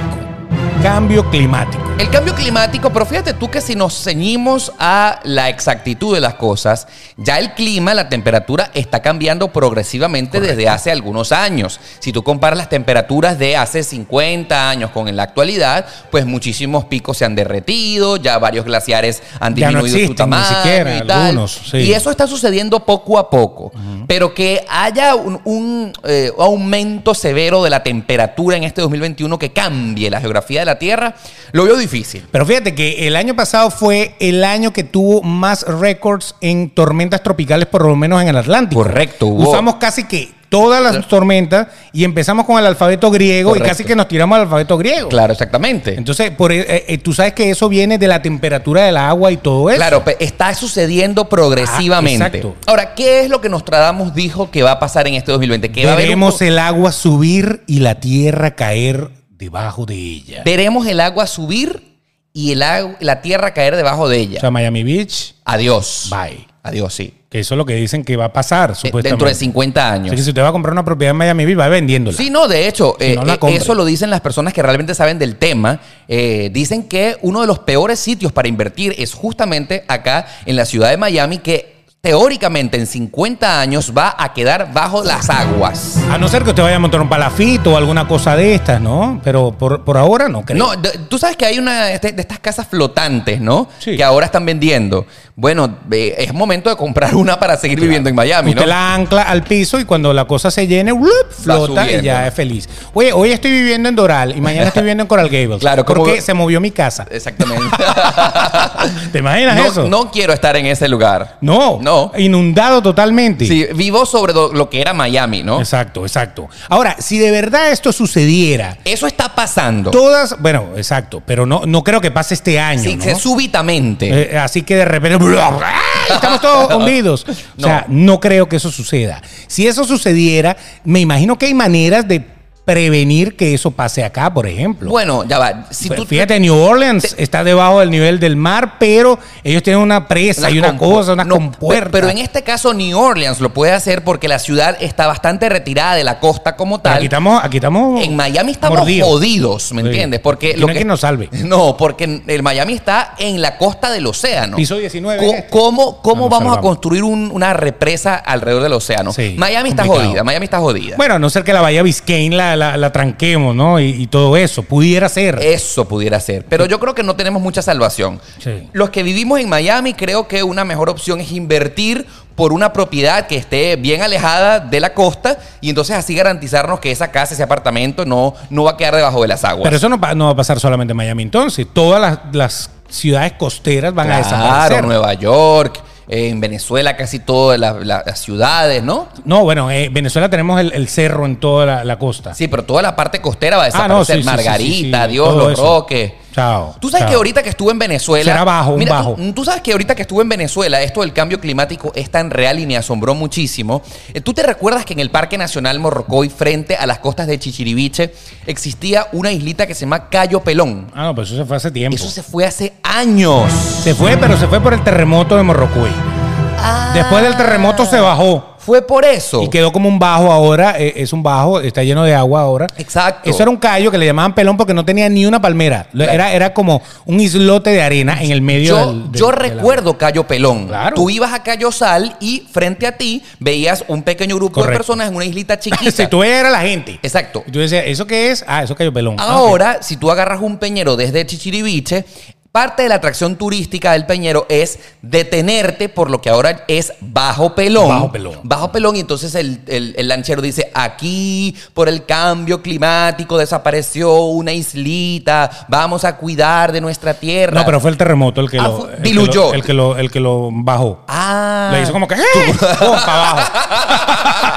[SPEAKER 2] Cambio climático.
[SPEAKER 1] El cambio climático, pero fíjate tú que si nos ceñimos a la exactitud de las cosas, ya el clima, la temperatura está cambiando progresivamente desde hace algunos años. Si tú comparas las temperaturas de hace 50 años con en la actualidad, pues muchísimos picos se han derretido, ya varios glaciares han
[SPEAKER 2] Ya no
[SPEAKER 1] disminuido su
[SPEAKER 2] existen, ni
[SPEAKER 1] tamaño
[SPEAKER 2] siquiera,
[SPEAKER 1] y tal.
[SPEAKER 2] algunos, sí.
[SPEAKER 1] Y eso está sucediendo poco a poco, pero que haya un, un, eh, aumento severo de la temperatura en este 2021 que cambie la geografía de la Tierra, lo veo difícil.
[SPEAKER 2] Pero fíjate que el año pasado fue el año que tuvo más récords en tormentas tropicales, por lo menos en el Atlántico.
[SPEAKER 1] Correcto, hubo-
[SPEAKER 2] Usamos casi que todas las tormentas y empezamos con el alfabeto griego y
[SPEAKER 1] Correcto.
[SPEAKER 2] casi que nos tiramos al alfabeto griego.
[SPEAKER 1] Claro, exactamente.
[SPEAKER 2] Entonces, por, eh, eh, tú sabes que eso viene de la temperatura del agua y todo eso.
[SPEAKER 1] Claro, pe- está sucediendo progresivamente.
[SPEAKER 2] Ah, exacto.
[SPEAKER 1] Ahora, ¿qué es lo que Nostradamus dijo que va a pasar en este 2020? Que va a haber un-
[SPEAKER 2] Veremos el agua subir y la tierra caer debajo de ella.
[SPEAKER 1] veremos el agua subir y el agu- la tierra caer debajo de
[SPEAKER 2] O
[SPEAKER 1] ella.
[SPEAKER 2] sea, Miami Beach,
[SPEAKER 1] Adiós.
[SPEAKER 2] bye.
[SPEAKER 1] Adiós, sí.
[SPEAKER 2] Que eso es lo que dicen que va a pasar,
[SPEAKER 1] De-
[SPEAKER 2] supuestamente.
[SPEAKER 1] Dentro de 50
[SPEAKER 2] Así
[SPEAKER 1] años.
[SPEAKER 2] que si usted va a comprar una propiedad en Miami Beach, va vendiéndola.
[SPEAKER 1] Sí, no, de hecho, eh,
[SPEAKER 2] no la
[SPEAKER 1] eh,
[SPEAKER 2] compre.
[SPEAKER 1] eso lo dicen las personas que realmente saben del tema. Eh, dicen que uno de los peores sitios para invertir es justamente acá en la ciudad de Miami, que teóricamente en 50 años va a quedar bajo las aguas.
[SPEAKER 2] A no ser que usted vaya a montar un palafito o alguna cosa de estas, ¿no? Pero por, por ahora no creo.
[SPEAKER 1] este, No, de- tú sabes que hay una de, de estas casas flotantes, ¿no?
[SPEAKER 2] Sí.
[SPEAKER 1] Que ahora están vendiendo. bueno, eh, es momento de comprar una para seguir viviendo en Miami,
[SPEAKER 2] Usted
[SPEAKER 1] ¿no?
[SPEAKER 2] la ancla al piso y cuando la cosa se llene, ¡blup! flota y
[SPEAKER 1] subiendo,
[SPEAKER 2] ya
[SPEAKER 1] ¿no?
[SPEAKER 2] es feliz. Oye, hoy estoy viviendo en Doral y mañana estoy viviendo en Coral Gables.
[SPEAKER 1] Claro, como-
[SPEAKER 2] porque se movió mi casa.
[SPEAKER 1] Exactamente.
[SPEAKER 2] ¿Te imaginas
[SPEAKER 1] no,
[SPEAKER 2] eso?
[SPEAKER 1] no quiero estar en ese lugar.
[SPEAKER 2] No,
[SPEAKER 1] No.
[SPEAKER 2] Inundado totalmente.
[SPEAKER 1] Sí, vivo sobre lo lo que era Miami, ¿no?
[SPEAKER 2] Exacto, exacto. Ahora, si de verdad esto sucediera,
[SPEAKER 1] Eso está pasando.
[SPEAKER 2] todas, bueno, exacto, pero no, no creo que pase este año.
[SPEAKER 1] Sí,
[SPEAKER 2] ¿no?
[SPEAKER 1] se- súbitamente.
[SPEAKER 2] Eh, así que de repente ¡blah! ¡ay! estamos todos hundidos. O sea, no creo que eso suceda. Si eso sucediera, me imagino que hay maneras de prevenir que eso pase acá, por ejemplo.
[SPEAKER 1] bueno, ya va. Si
[SPEAKER 2] Pues
[SPEAKER 1] tú,
[SPEAKER 2] Fíjate, New Orleans está debajo del nivel del mar, pero ellos tienen una presa y una
[SPEAKER 1] compu-
[SPEAKER 2] cosa, una
[SPEAKER 1] no,
[SPEAKER 2] compuerta.
[SPEAKER 1] pe- Pero en este caso New Orleans lo puede hacer porque la ciudad está bastante retirada de la costa como
[SPEAKER 2] Pero
[SPEAKER 1] tal.
[SPEAKER 2] aquí estamos, aquí estamos
[SPEAKER 1] en Miami estamos
[SPEAKER 2] mordidos.
[SPEAKER 1] jodidos, ¿me
[SPEAKER 2] Sí.
[SPEAKER 1] entiendes? Porque
[SPEAKER 2] Aquí no hay quien nos salve.
[SPEAKER 1] No, porque el Miami está en la costa del océano.
[SPEAKER 2] Piso 19
[SPEAKER 1] Co-
[SPEAKER 2] es este.
[SPEAKER 1] ¿Cómo, cómo
[SPEAKER 2] No nos
[SPEAKER 1] vamos a
[SPEAKER 2] salvamos.
[SPEAKER 1] construir un- una represa alrededor del océano?
[SPEAKER 2] Sí,
[SPEAKER 1] Miami está
[SPEAKER 2] complicado.
[SPEAKER 1] jodida, Miami está jodida.
[SPEAKER 2] Bueno, a no ser que la Bahía Biscayne la, la, la tranquemos, ¿no? Y, y todo eso. Pudiera ser.
[SPEAKER 1] Eso pudiera ser. Pero yo creo que no tenemos mucha salvación.
[SPEAKER 2] Sí.
[SPEAKER 1] Los que vivimos en Miami, creo que una mejor opción es invertir por una propiedad que esté bien alejada de la costa y entonces así garantizarnos que esa casa, ese apartamento no, no va a quedar debajo de las aguas.
[SPEAKER 2] Pero eso no, pa- no va a pasar solamente en Miami entonces. Todas las, las ciudades costeras van a
[SPEAKER 1] claro,
[SPEAKER 2] desaparecer.
[SPEAKER 1] Nueva York, eh, en Venezuela casi todas las, las- las ciudades, ¿no?
[SPEAKER 2] No, bueno, eh, Venezuela tenemos el, el cerro en toda la, la costa.
[SPEAKER 1] Sí, pero toda la parte costera va a
[SPEAKER 2] Ah, no, sí,
[SPEAKER 1] desaparecer.
[SPEAKER 2] sí, sí,
[SPEAKER 1] Margarita,
[SPEAKER 2] sí, sí,
[SPEAKER 1] Dios,
[SPEAKER 2] todo
[SPEAKER 1] Los
[SPEAKER 2] eso.
[SPEAKER 1] Roques.
[SPEAKER 2] Chao.
[SPEAKER 1] Tú sabes
[SPEAKER 2] chao.
[SPEAKER 1] que ahorita que estuve en Venezuela.
[SPEAKER 2] Será bajo, un
[SPEAKER 1] Mira,
[SPEAKER 2] bajo.
[SPEAKER 1] Tú, tú sabes que ahorita que estuve en Venezuela, esto del cambio climático es tan real y me asombró muchísimo. Eh, ¿Tú te recuerdas que en el Parque Nacional Morrocoy, frente a las costas de Chichiriviche, existía una islita que se llama Cayo Pelón?
[SPEAKER 2] Ah, no, pero eso se fue hace tiempo.
[SPEAKER 1] Eso se fue hace años.
[SPEAKER 2] Se fue, pero se fue por el terremoto de Morrocoy. Después del terremoto se bajó
[SPEAKER 1] Fue por eso.
[SPEAKER 2] y quedó como un bajo ahora. eh, es un bajo, está lleno de agua ahora.
[SPEAKER 1] Exacto.
[SPEAKER 2] Eso era un callo que le llamaban pelón porque no tenía ni una palmera. Lo-
[SPEAKER 1] Claro.
[SPEAKER 2] Era, era como un islote de arena en el medio
[SPEAKER 1] Yo,
[SPEAKER 2] del- del-
[SPEAKER 1] yo
[SPEAKER 2] de la-
[SPEAKER 1] recuerdo Cayo Pelón.
[SPEAKER 2] Claro.
[SPEAKER 1] Tú ibas a Cayo Sal y frente a ti veías un pequeño grupo de
[SPEAKER 2] Correcto.
[SPEAKER 1] personas en una islita chiquita.
[SPEAKER 2] si tú eras la gente.
[SPEAKER 1] Exacto.
[SPEAKER 2] Y tú decías, ¿eso qué es? Ah, eso cayó pelón. Ah,
[SPEAKER 1] Ahora, si tú agarras un peñero desde Chichiriviche, parte de la atracción turística del peñero es detenerte por lo que ahora es Bajo Pelón.
[SPEAKER 2] Bajo Pelón.
[SPEAKER 1] Bajo Pelón, y entonces el, el- el lanchero dice, aquí por el cambio climático desapareció una islita, vamos a cuidar de nuestra
[SPEAKER 2] ok.
[SPEAKER 1] tierra.
[SPEAKER 2] No, pero fue el terremoto el que
[SPEAKER 1] Ah,
[SPEAKER 2] lo.
[SPEAKER 1] fue-
[SPEAKER 2] el que
[SPEAKER 1] diluyó.
[SPEAKER 2] lo- El que lo, el que lo bajó.
[SPEAKER 1] Ah.
[SPEAKER 2] Le hizo como que. ¡eh! ¡Pum! para abajo.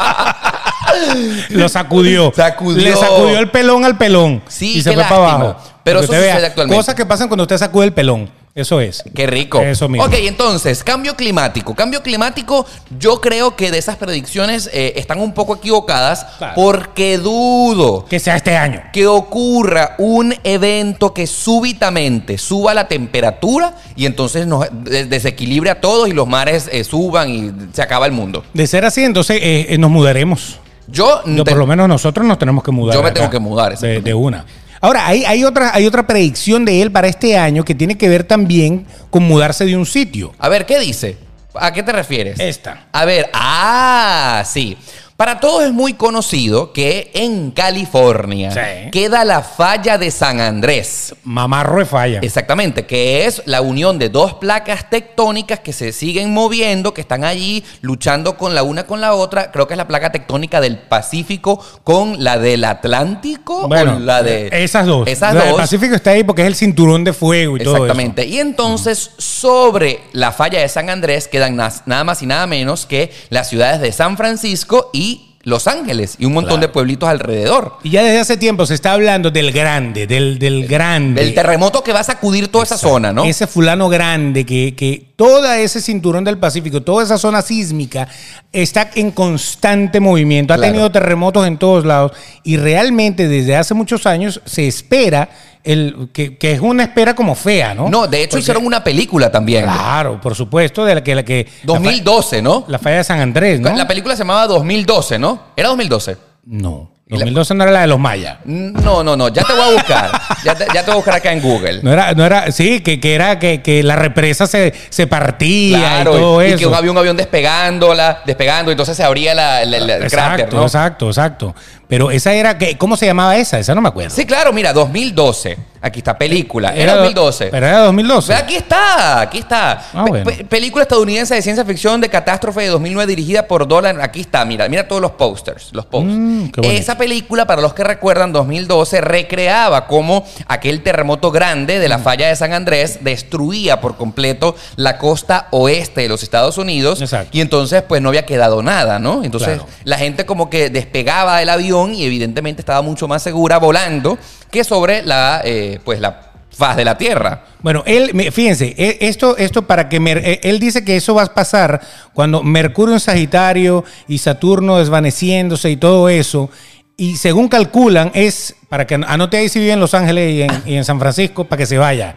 [SPEAKER 2] lo sacudió.
[SPEAKER 1] Sacudió.
[SPEAKER 2] Le sacudió el pelón al pelón.
[SPEAKER 1] Sí,
[SPEAKER 2] y se
[SPEAKER 1] qué
[SPEAKER 2] fue para
[SPEAKER 1] lástima.
[SPEAKER 2] abajo.
[SPEAKER 1] Pero
[SPEAKER 2] Para
[SPEAKER 1] eso
[SPEAKER 2] que usted
[SPEAKER 1] sucede
[SPEAKER 2] vea,
[SPEAKER 1] actualmente.
[SPEAKER 2] Cosas que pasan cuando usted sacude el pelón. Eso es.
[SPEAKER 1] Qué rico.
[SPEAKER 2] Eso mismo.
[SPEAKER 1] Ok, entonces, cambio climático. Cambio climático, yo creo que de esas predicciones eh, están un poco equivocadas
[SPEAKER 2] Claro.
[SPEAKER 1] porque dudo
[SPEAKER 2] Que sea este año.
[SPEAKER 1] que ocurra un evento que súbitamente suba la temperatura y entonces nos des- desequilibre a todos y los mares eh, suban y se acaba el mundo.
[SPEAKER 2] De ser así, entonces eh, eh, nos mudaremos.
[SPEAKER 1] Yo,
[SPEAKER 2] No,
[SPEAKER 1] te-
[SPEAKER 2] por lo menos nosotros nos tenemos que mudar.
[SPEAKER 1] Yo me
[SPEAKER 2] acá.
[SPEAKER 1] tengo que mudar,
[SPEAKER 2] De,
[SPEAKER 1] exactamente.
[SPEAKER 2] de una. Ahora, hay, hay, otra, hay otra predicción de él para este año que tiene que ver también con mudarse de un sitio.
[SPEAKER 1] A ver, ¿qué dice? ¿A qué te refieres?
[SPEAKER 2] Esta.
[SPEAKER 1] A ver, ah, sí. Para todos es muy conocido que en California
[SPEAKER 2] Sí.
[SPEAKER 1] queda la falla de San Andrés.
[SPEAKER 2] Mamarro de falla.
[SPEAKER 1] Exactamente, que es la unión de dos placas tectónicas que se siguen moviendo, que están allí luchando con la una con la otra. Creo que es la placa tectónica del Pacífico con la del Atlántico. o
[SPEAKER 2] Bueno,
[SPEAKER 1] la de
[SPEAKER 2] esas dos.
[SPEAKER 1] Esas
[SPEAKER 2] La del
[SPEAKER 1] dos.
[SPEAKER 2] Pacífico está ahí porque es el cinturón de fuego y todo eso.
[SPEAKER 1] Exactamente. Y entonces, sobre la falla de San Andrés quedan nas- nada más y nada menos que las ciudades de San Francisco y Los Ángeles y un montón de pueblitos alrededor.
[SPEAKER 2] Y ya desde hace tiempo se está hablando del grande, del, del grande.
[SPEAKER 1] El terremoto que va a sacudir toda esa zona, ¿no?
[SPEAKER 2] Ese fulano grande que, que todo ese cinturón del Pacífico, toda esa zona sísmica está en constante movimiento. Ha
[SPEAKER 1] Claro.
[SPEAKER 2] tenido terremotos en todos lados y realmente desde hace muchos años se espera, el, que, que es una espera como fea, ¿no?
[SPEAKER 1] No, de hecho hicieron una película también.
[SPEAKER 2] Claro, por supuesto, de la que... La que la fa-
[SPEAKER 1] 2012, ¿no?
[SPEAKER 2] La, falla de San Andrés, ¿no?
[SPEAKER 1] La película se llamaba 2012, ¿no? ¿Era 2012?
[SPEAKER 2] no, 2012 no era la de los mayas.
[SPEAKER 1] No, no, no. Ya te voy a buscar. ya, te, ya te voy a buscar acá en Google.
[SPEAKER 2] No era, no era, sí, que, que era que, que la represa se, se partía
[SPEAKER 1] Claro,
[SPEAKER 2] y todo
[SPEAKER 1] y,
[SPEAKER 2] eso.
[SPEAKER 1] que un- había un avión despegándola, despegando, y entonces se abría la, la- la- el
[SPEAKER 2] exacto,
[SPEAKER 1] cráter, ¿no?
[SPEAKER 2] exacto, exacto. Pero esa era, que, ¿cómo se llamaba esa? Esa no me acuerdo.
[SPEAKER 1] Sí, claro, mira, 2012. Aquí está, película.
[SPEAKER 2] Era
[SPEAKER 1] Era 2012.
[SPEAKER 2] Pero era 2012.
[SPEAKER 1] Ve, Aquí está, aquí está.
[SPEAKER 2] Ah,
[SPEAKER 1] Pe-
[SPEAKER 2] bueno.
[SPEAKER 1] pe- película estadounidense de ciencia ficción de catástrofe de 2009 dirigida por Dolan. Aquí está, mira, mira todos los posters, los posts.
[SPEAKER 2] Mm, qué bonito.
[SPEAKER 1] Esa película, para los que recuerdan, 2012 recreaba cómo aquel terremoto grande de la
[SPEAKER 2] Mm.
[SPEAKER 1] falla de San Andrés destruía por completo la costa oeste de los Estados Unidos.
[SPEAKER 2] Exacto.
[SPEAKER 1] Y entonces, pues no había quedado nada, ¿no? Entonces,
[SPEAKER 2] Claro.
[SPEAKER 1] la gente como que despegaba del avión y evidentemente estaba mucho más segura volando que sobre la, eh, pues, la faz de la Tierra.
[SPEAKER 2] Bueno, él, me- fíjense, e- esto, esto para que Mer- eh, él dice que eso va a pasar cuando Mercurio en Sagitario y Saturno desvaneciéndose y todo eso. Y según calculan, es para que an- anote ahí si vive en Los Ángeles y en, y en San Francisco para que se vaya.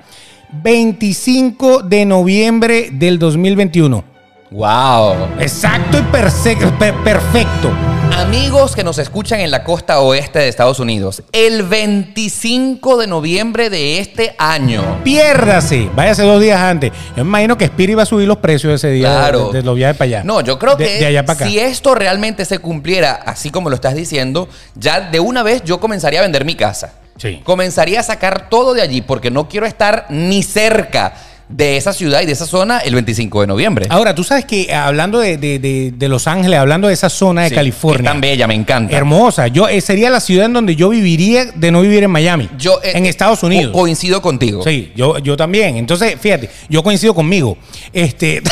[SPEAKER 2] 25 de noviembre del 2021.
[SPEAKER 1] ¡Wow!
[SPEAKER 2] Exacto y perse- pe- perfecto.
[SPEAKER 1] Amigos que nos escuchan en la costa oeste de Estados Unidos, el 25 de noviembre de este año.
[SPEAKER 2] Piérdase, váyase dos días antes. Yo me imagino que Spirit va a subir los precios ese día de-
[SPEAKER 1] Claro.
[SPEAKER 2] de, de los viajes para allá.
[SPEAKER 1] No, yo creo
[SPEAKER 2] De-
[SPEAKER 1] que
[SPEAKER 2] de allá para acá.
[SPEAKER 1] si esto realmente se cumpliera, así como lo estás diciendo, ya de una vez yo comenzaría a vender mi casa.
[SPEAKER 2] Sí.
[SPEAKER 1] Comenzaría a sacar todo de allí porque no quiero estar ni cerca de esa ciudad y de esa zona el 25 de noviembre.
[SPEAKER 2] Ahora, tú sabes que ah, hablando de, de- de- de Los Ángeles, hablando de esa zona de
[SPEAKER 1] Sí,
[SPEAKER 2] California,
[SPEAKER 1] Es tan bella, me encanta.
[SPEAKER 2] hermosa, yo eh, sería la ciudad en donde yo viviría de no vivir en Miami,
[SPEAKER 1] Yo, eh,
[SPEAKER 2] en Estados
[SPEAKER 1] co-
[SPEAKER 2] Unidos.
[SPEAKER 1] coincido contigo.
[SPEAKER 2] sí, yo, yo también. Entonces, fíjate, yo coincido conmigo. Este.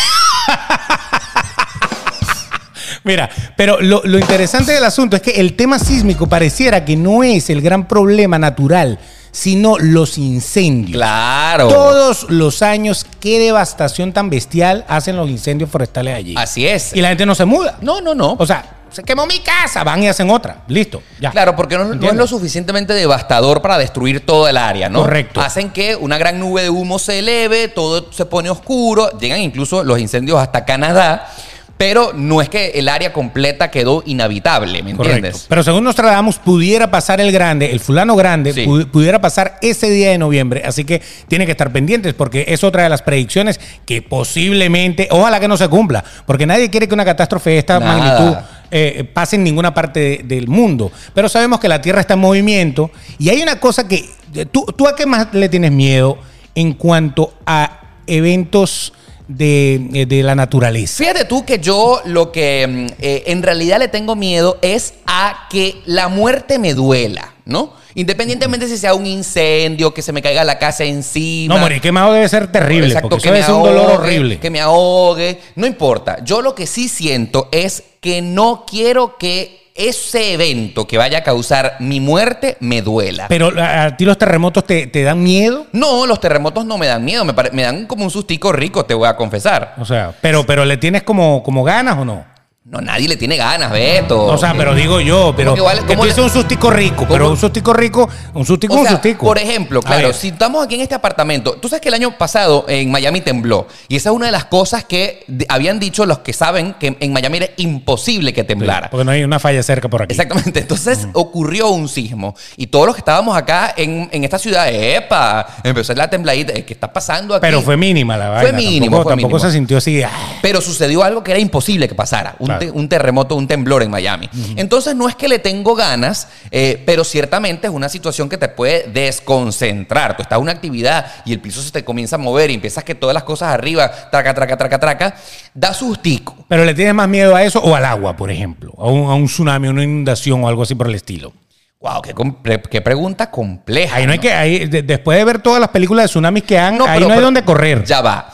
[SPEAKER 2] Mira, pero lo, lo interesante del asunto es que el tema sísmico pareciera que no es el gran problema natural, sino los incendios.
[SPEAKER 1] Claro.
[SPEAKER 2] Todos los años, qué devastación tan bestial hacen los incendios forestales allí.
[SPEAKER 1] Así es.
[SPEAKER 2] Y la gente no se muda.
[SPEAKER 1] No, no, no.
[SPEAKER 2] O sea, se quemó mi casa, van y hacen otra. Listo. Ya.
[SPEAKER 1] Claro, porque no, no es
[SPEAKER 2] ¿Entiendes?
[SPEAKER 1] lo suficientemente devastador para destruir toda el área, ¿no?
[SPEAKER 2] Correcto.
[SPEAKER 1] Hacen que una gran nube de humo se eleve, todo se pone oscuro, llegan incluso los incendios hasta Canadá, pero no es que el área completa quedó inhabitable, ¿me
[SPEAKER 2] Correcto.
[SPEAKER 1] entiendes?
[SPEAKER 2] Pero según Nostradamus, pudiera pasar el grande, el fulano grande,
[SPEAKER 1] Sí.
[SPEAKER 2] pu- pudiera pasar ese día de noviembre. Así que tienen que estar pendientes porque es otra de las predicciones que posiblemente, ojalá que no se cumpla, porque nadie quiere que una catástrofe de esta
[SPEAKER 1] Nada.
[SPEAKER 2] magnitud eh, pase en ninguna parte de- del mundo. Pero sabemos que la Tierra está en movimiento y hay una cosa que, eh, ¿tú, tú a qué más le tienes miedo en cuanto a eventos de, eh, de la naturaleza?
[SPEAKER 1] Fíjate tú que yo lo que mm, eh, en realidad le tengo miedo es a que la muerte me duela, ¿no? Independientemente si sea un incendio, que se me caiga la casa encima.
[SPEAKER 2] No, morir quemado debe ser terrible,
[SPEAKER 1] Exacto, eh,
[SPEAKER 2] porque
[SPEAKER 1] que me
[SPEAKER 2] eso es un dolor
[SPEAKER 1] ahogue,
[SPEAKER 2] horrible.
[SPEAKER 1] Que me ahogue, no importa. Yo lo que sí siento es que no quiero que ese evento que vaya a causar mi muerte me duela.
[SPEAKER 2] Pero a, a ti los terremotos te, te dan miedo.
[SPEAKER 1] no, los terremotos no me dan miedo, me, pare- me dan como un sustico rico, te voy a confesar.
[SPEAKER 2] O sea, pero, pero le tienes como, como ganas o no?
[SPEAKER 1] No, nadie le tiene ganas, Beto.
[SPEAKER 2] O sea, pero digo yo, pero
[SPEAKER 1] que vale?
[SPEAKER 2] que
[SPEAKER 1] ¿Cómo
[SPEAKER 2] tú
[SPEAKER 1] le-
[SPEAKER 2] dices un sustico rico, pero
[SPEAKER 1] ¿Cómo?
[SPEAKER 2] un sustico rico, un sustico,
[SPEAKER 1] O
[SPEAKER 2] un
[SPEAKER 1] sea,
[SPEAKER 2] sustico.
[SPEAKER 1] Por ejemplo,
[SPEAKER 2] A
[SPEAKER 1] claro,
[SPEAKER 2] ver,
[SPEAKER 1] si estamos aquí en este apartamento, tú sabes que el año pasado en Miami tembló. Y esa es una de las cosas que de- habían dicho los que saben que en Miami era imposible que temblara.
[SPEAKER 2] Porque no hay una falla cerca por aquí.
[SPEAKER 1] Exactamente. Entonces ocurrió un sismo. Y todos los que estábamos acá en, en esta ciudad, ¡epa! Empezó la tembladita. ¿Qué está pasando aquí?
[SPEAKER 2] Pero fue mínima la vaina.
[SPEAKER 1] mínimo,
[SPEAKER 2] Tampoco,
[SPEAKER 1] fue
[SPEAKER 2] tampoco
[SPEAKER 1] mínimo.
[SPEAKER 2] se sintió así. ah,
[SPEAKER 1] Pero sucedió algo que era imposible que pasara, un,
[SPEAKER 2] Claro.
[SPEAKER 1] te- un terremoto, un temblor en Miami. Entonces no es que le tengo ganas, eh, pero ciertamente es una situación que te puede desconcentrar. Tú estás en una actividad y el piso se te comienza a mover y empiezas que todas las cosas arriba, traca, traca, traca, traca, da sustico.
[SPEAKER 2] Pero le tienes más miedo a eso o al agua, por ejemplo. A un, a un tsunami, a una inundación o algo así por el estilo.
[SPEAKER 1] ¡Wow! ¡Qué, compre- qué pregunta compleja!
[SPEAKER 2] Ahí no hay que. ahí, de- después de ver todas las películas de tsunamis que han,
[SPEAKER 1] No,
[SPEAKER 2] ahí
[SPEAKER 1] pero-
[SPEAKER 2] no hay
[SPEAKER 1] pero-
[SPEAKER 2] donde correr.
[SPEAKER 1] Ya va.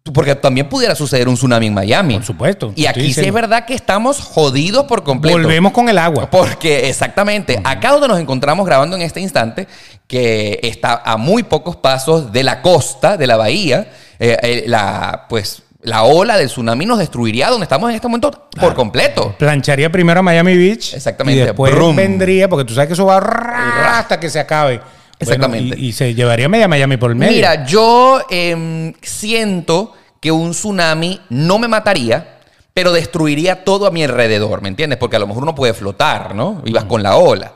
[SPEAKER 1] Tú- Porque también pudiera suceder un tsunami en Miami.
[SPEAKER 2] Por supuesto, te
[SPEAKER 1] Y
[SPEAKER 2] estoy
[SPEAKER 1] aquí sí
[SPEAKER 2] diciendo.
[SPEAKER 1] es verdad que estamos jodidos por completo.
[SPEAKER 2] Volvemos con el agua.
[SPEAKER 1] Porque exactamente, acá donde nos encontramos grabando en este instante, que está a muy pocos pasos de la costa, de la bahía, eh, eh, la, pues la ola del tsunami nos destruiría donde estamos en este momento por completo.
[SPEAKER 2] plancharía primero a Miami Beach.
[SPEAKER 1] Exactamente.
[SPEAKER 2] Y después
[SPEAKER 1] Brum.
[SPEAKER 2] vendría, porque tú sabes que eso va ra- hasta que se acabe. Bueno,
[SPEAKER 1] Exactamente.
[SPEAKER 2] y, y se llevaría media Miami por el medio.
[SPEAKER 1] Mira, yo em, siento que un tsunami no me mataría, pero destruiría todo a mi alrededor, ¿me entiendes? Porque a lo mejor uno puede flotar, ¿no? Ibas
[SPEAKER 2] Mm.
[SPEAKER 1] con la ola.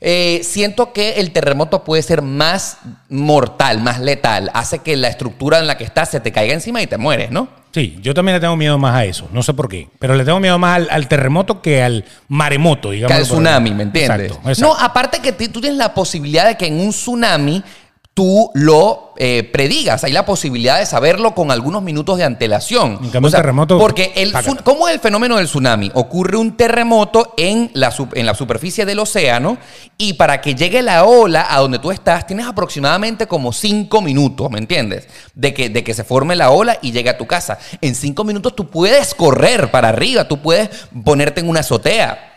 [SPEAKER 1] Eh, siento que el terremoto puede ser más mortal, más letal. Hace que la estructura en la que estás se te caiga encima y te mueres, ¿no?
[SPEAKER 2] Sí, yo también le tengo miedo más a eso. No sé por qué. Pero le tengo miedo más al, al terremoto que al maremoto, digamos.
[SPEAKER 1] Que al tsunami, ¿me entiendes?
[SPEAKER 2] Exacto. exacto.
[SPEAKER 1] No, aparte que ti- tú tienes la posibilidad de que en un tsunami tú lo eh, predigas. Hay la posibilidad de saberlo con algunos minutos de antelación.
[SPEAKER 2] En cambio, un terremoto,
[SPEAKER 1] Porque el,
[SPEAKER 2] pácata.
[SPEAKER 1] tsun- ¿cómo es el fenómeno del tsunami? Ocurre un terremoto en la, sup- en la superficie del océano y para que llegue la ola a donde tú estás tienes aproximadamente como cinco minutos, ¿me entiendes? De que, de que se forme la ola y llegue a tu casa. En cinco minutos tú puedes correr para arriba, tú puedes ponerte en una azotea.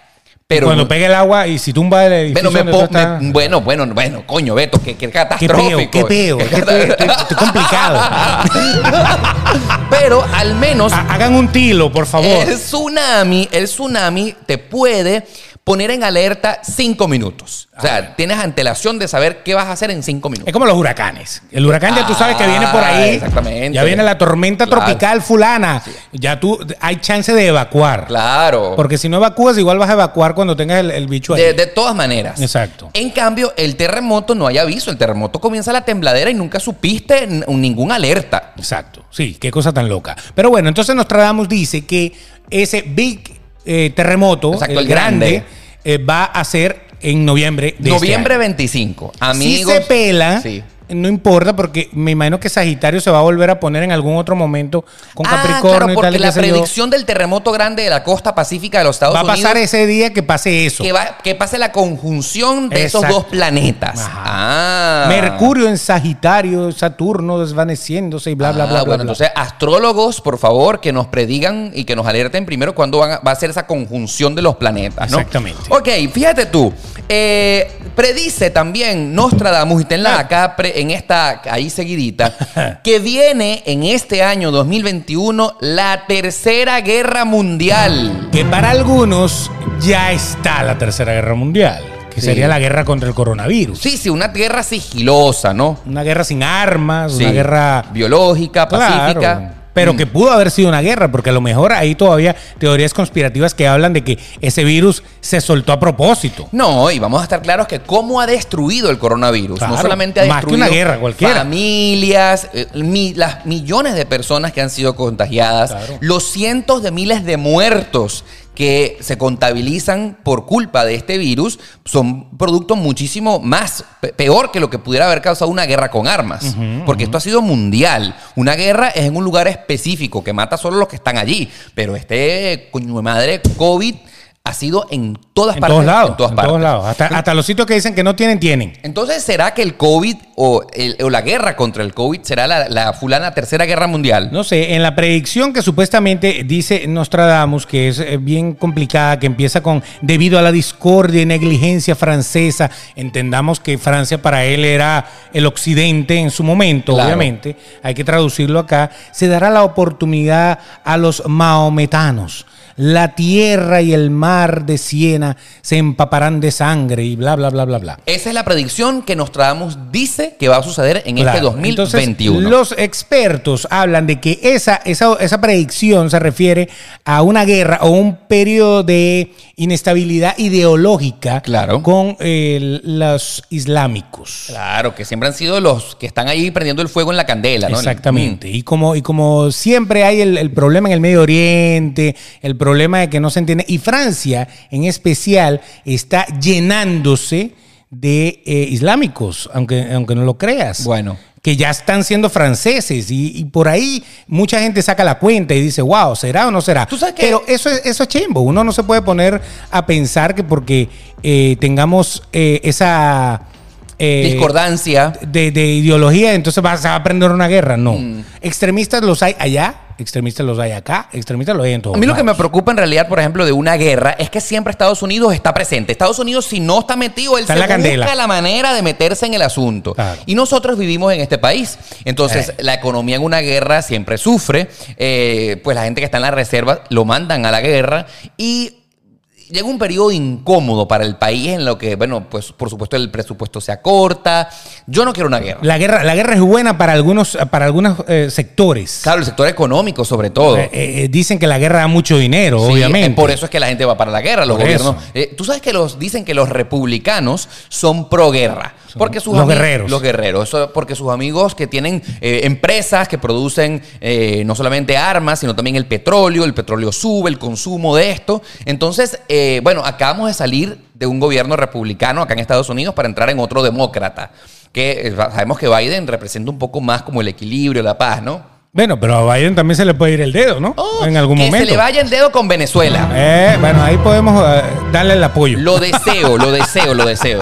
[SPEAKER 1] Pero
[SPEAKER 2] Cuando pega el agua y si tumba el
[SPEAKER 1] bueno,
[SPEAKER 2] edificio.
[SPEAKER 1] me
[SPEAKER 2] donde
[SPEAKER 1] po-
[SPEAKER 2] tú estás-
[SPEAKER 1] me- bueno, bueno, bueno, coño, Beto, qué, qué
[SPEAKER 2] Qué
[SPEAKER 1] catastrófico.
[SPEAKER 2] peo, qué peo. Qué peo, estoy- estoy complicado.
[SPEAKER 1] Ah. Pero al menos
[SPEAKER 2] Ha- Hagan un tilo, Ah, por favor.
[SPEAKER 1] el tsunami, el tsunami te puede poner en alerta cinco minutos. O sea, tienes antelación de saber qué vas a hacer en cinco minutos.
[SPEAKER 2] Ah. Es como los huracanes. El huracán ya tú sabes que viene por ahí.
[SPEAKER 1] Ah, exactamente.
[SPEAKER 2] Ya viene la tormenta
[SPEAKER 1] Claro.
[SPEAKER 2] tropical fulana. Ya tú hay chance de evacuar.
[SPEAKER 1] Claro.
[SPEAKER 2] Porque si no evacúas, igual vas a evacuar cuando tengas el, el bicho ahí.
[SPEAKER 1] De, de todas maneras.
[SPEAKER 2] Exacto.
[SPEAKER 1] En cambio, el terremoto no hay aviso. El terremoto comienza la tembladera y nunca supiste n- ningún alerta.
[SPEAKER 2] Exacto. Sí, qué cosa tan loca. Pero bueno, entonces Nostradamus dice que ese big eh, terremoto,
[SPEAKER 1] Exacto,
[SPEAKER 2] el
[SPEAKER 1] el
[SPEAKER 2] grande,
[SPEAKER 1] grande.
[SPEAKER 2] eh, va a ser en noviembre de este
[SPEAKER 1] Noviembre
[SPEAKER 2] año.
[SPEAKER 1] 25. Amigos.
[SPEAKER 2] Si se pela,
[SPEAKER 1] Sí.
[SPEAKER 2] no importa, porque me imagino que Sagitario se va a volver a poner en algún otro momento con
[SPEAKER 1] Ah,
[SPEAKER 2] Capricornio
[SPEAKER 1] claro,
[SPEAKER 2] y tal.
[SPEAKER 1] porque
[SPEAKER 2] y
[SPEAKER 1] la
[SPEAKER 2] qué sé yo.
[SPEAKER 1] predicción del terremoto grande de la costa pacífica de los Estados
[SPEAKER 2] Va a
[SPEAKER 1] Unidos
[SPEAKER 2] pasar ese día que pase eso.
[SPEAKER 1] que, va- que pase la conjunción de esos
[SPEAKER 2] Exacto.
[SPEAKER 1] dos planetas.
[SPEAKER 2] Ajá.
[SPEAKER 1] Ah.
[SPEAKER 2] Mercurio en Sagitario, Saturno desvaneciéndose y bla, bla,
[SPEAKER 1] Ah,
[SPEAKER 2] bla. bla,
[SPEAKER 1] bueno,
[SPEAKER 2] bla.
[SPEAKER 1] entonces astrólogos, por favor, que nos predigan y que nos alerten primero cuándo van a- va a ser esa conjunción de los planetas, ¿no?
[SPEAKER 2] Exactamente.
[SPEAKER 1] Ok, fíjate tú, eh, predice también Nostradamus, y
[SPEAKER 2] Ah.
[SPEAKER 1] tenla acá pre- en esta, ahí seguidita, que viene en este año 2021 la Tercera Guerra Mundial.
[SPEAKER 2] Que para algunos ya está la Tercera Guerra Mundial, que
[SPEAKER 1] Sí.
[SPEAKER 2] sería la guerra contra el coronavirus.
[SPEAKER 1] Sí, sí, una guerra sigilosa, ¿no?
[SPEAKER 2] Una guerra sin armas,
[SPEAKER 1] Sí.
[SPEAKER 2] una guerra
[SPEAKER 1] biológica,
[SPEAKER 2] Claro,
[SPEAKER 1] pacífica. Mm.
[SPEAKER 2] Pero que pudo haber sido una guerra, porque a lo mejor hay todavía teorías conspirativas que hablan de que ese virus se soltó a propósito.
[SPEAKER 1] No, y vamos a estar claros que cómo ha destruido el coronavirus.
[SPEAKER 2] Claro,
[SPEAKER 1] no solamente ha
[SPEAKER 2] más que
[SPEAKER 1] destruido
[SPEAKER 2] una guerra cualquiera.
[SPEAKER 1] familias, eh, mi- las millones de personas que han sido contagiadas,
[SPEAKER 2] Claro.
[SPEAKER 1] los cientos de miles de muertos que se contabilizan por culpa de este virus, son producto muchísimo más pe- peor que lo que pudiera haber causado una guerra con armas. porque esto ha sido mundial. Una guerra es en un lugar específico que mata solo los que están allí. Pero este coño de madre COVID ha sido en todas
[SPEAKER 2] En
[SPEAKER 1] partes.
[SPEAKER 2] todos lados.
[SPEAKER 1] en todas
[SPEAKER 2] en
[SPEAKER 1] partes.
[SPEAKER 2] todos lados. Hasta, hasta los sitios que dicen que no tienen, tienen.
[SPEAKER 1] Entonces, ¿será que el COVID o, el- o la guerra contra el COVID será la, la fulana tercera guerra mundial?
[SPEAKER 2] No sé, en la predicción que supuestamente dice Nostradamus, que es eh, bien complicada, que empieza con debido a la discordia y negligencia francesa, entendamos que Francia para él era el occidente en su momento,
[SPEAKER 1] Claro.
[SPEAKER 2] obviamente, hay que traducirlo acá, se dará la oportunidad a los maometanos. La tierra y el mar de Siena se empaparán de sangre y bla, bla, bla, bla, bla.
[SPEAKER 1] Esa es la predicción que Nostradamus dice que va a suceder en este
[SPEAKER 2] Claro.
[SPEAKER 1] 2021.
[SPEAKER 2] Entonces, los expertos hablan de que esa, esa, esa predicción se refiere a una guerra o un periodo de inestabilidad ideológica
[SPEAKER 1] Claro.
[SPEAKER 2] con eh, los islámicos.
[SPEAKER 1] Claro, que siempre han sido los que están ahí prendiendo el fuego en la candela, ¿no?
[SPEAKER 2] Exactamente. Y como, y como siempre hay el, el problema en el Medio Oriente, el problema de que no se entiende. Y Francia, en especial, está llenándose de eh, islámicos, aunque, aunque no lo creas.
[SPEAKER 1] Bueno.
[SPEAKER 2] Que ya están siendo franceses. Y, y por ahí mucha gente saca la cuenta y dice, wow, ¿será o no será?
[SPEAKER 1] Tú sabes que-
[SPEAKER 2] Pero eso es, eso es chimbo. Uno no se puede poner a pensar que porque eh, tengamos eh, esa.
[SPEAKER 1] Mm.
[SPEAKER 2] eh,
[SPEAKER 1] Discordancia.
[SPEAKER 2] de, de ideología, entonces vas a aprender una guerra. No.
[SPEAKER 1] Mm.
[SPEAKER 2] Extremistas los hay allá, extremistas los hay acá, extremistas los hay en todo.
[SPEAKER 1] A mí lo que me preocupa en realidad, por ejemplo, de una guerra es que siempre Estados Unidos está presente. Estados Unidos, si no está metido, él
[SPEAKER 2] Está en
[SPEAKER 1] se
[SPEAKER 2] la candela.
[SPEAKER 1] busca la manera de meterse en el asunto.
[SPEAKER 2] Claro.
[SPEAKER 1] Y nosotros vivimos en este país. Entonces,
[SPEAKER 2] Eh.
[SPEAKER 1] la economía en una guerra siempre sufre. Eh, pues la gente que está en la reserva lo mandan a la guerra y. Llega un periodo incómodo para el país en lo que, bueno, pues por supuesto el presupuesto se acorta. Yo no quiero una guerra.
[SPEAKER 2] la guerra, la guerra es buena para algunos, para algunos eh, sectores.
[SPEAKER 1] Claro, el sector económico sobre todo.
[SPEAKER 2] Eh, eh, dicen que la guerra da mucho dinero,
[SPEAKER 1] Sí,
[SPEAKER 2] obviamente.
[SPEAKER 1] eh, Por eso es que la gente va para la guerra, los
[SPEAKER 2] Por
[SPEAKER 1] gobiernos.
[SPEAKER 2] eso.
[SPEAKER 1] Eh, Tú sabes que los dicen que los republicanos son pro guerra. Porque sus
[SPEAKER 2] los
[SPEAKER 1] ami-
[SPEAKER 2] guerreros.
[SPEAKER 1] Los guerreros. Eso porque sus amigos que tienen eh, empresas que producen eh, no solamente armas, sino también el petróleo. El petróleo sube, el consumo de esto. Entonces, eh, bueno, acabamos de salir de un gobierno republicano acá en Estados Unidos para entrar en otro demócrata. que eh, sabemos que Biden representa un poco más como el equilibrio, la paz, ¿no?
[SPEAKER 2] Bueno, pero a Biden también se le puede ir el dedo, ¿no?
[SPEAKER 1] Oh,
[SPEAKER 2] en algún
[SPEAKER 1] que
[SPEAKER 2] momento.
[SPEAKER 1] se le vaya el dedo con Venezuela.
[SPEAKER 2] Eh, bueno, ahí podemos eh, darle el apoyo.
[SPEAKER 1] Lo deseo, lo deseo, lo deseo.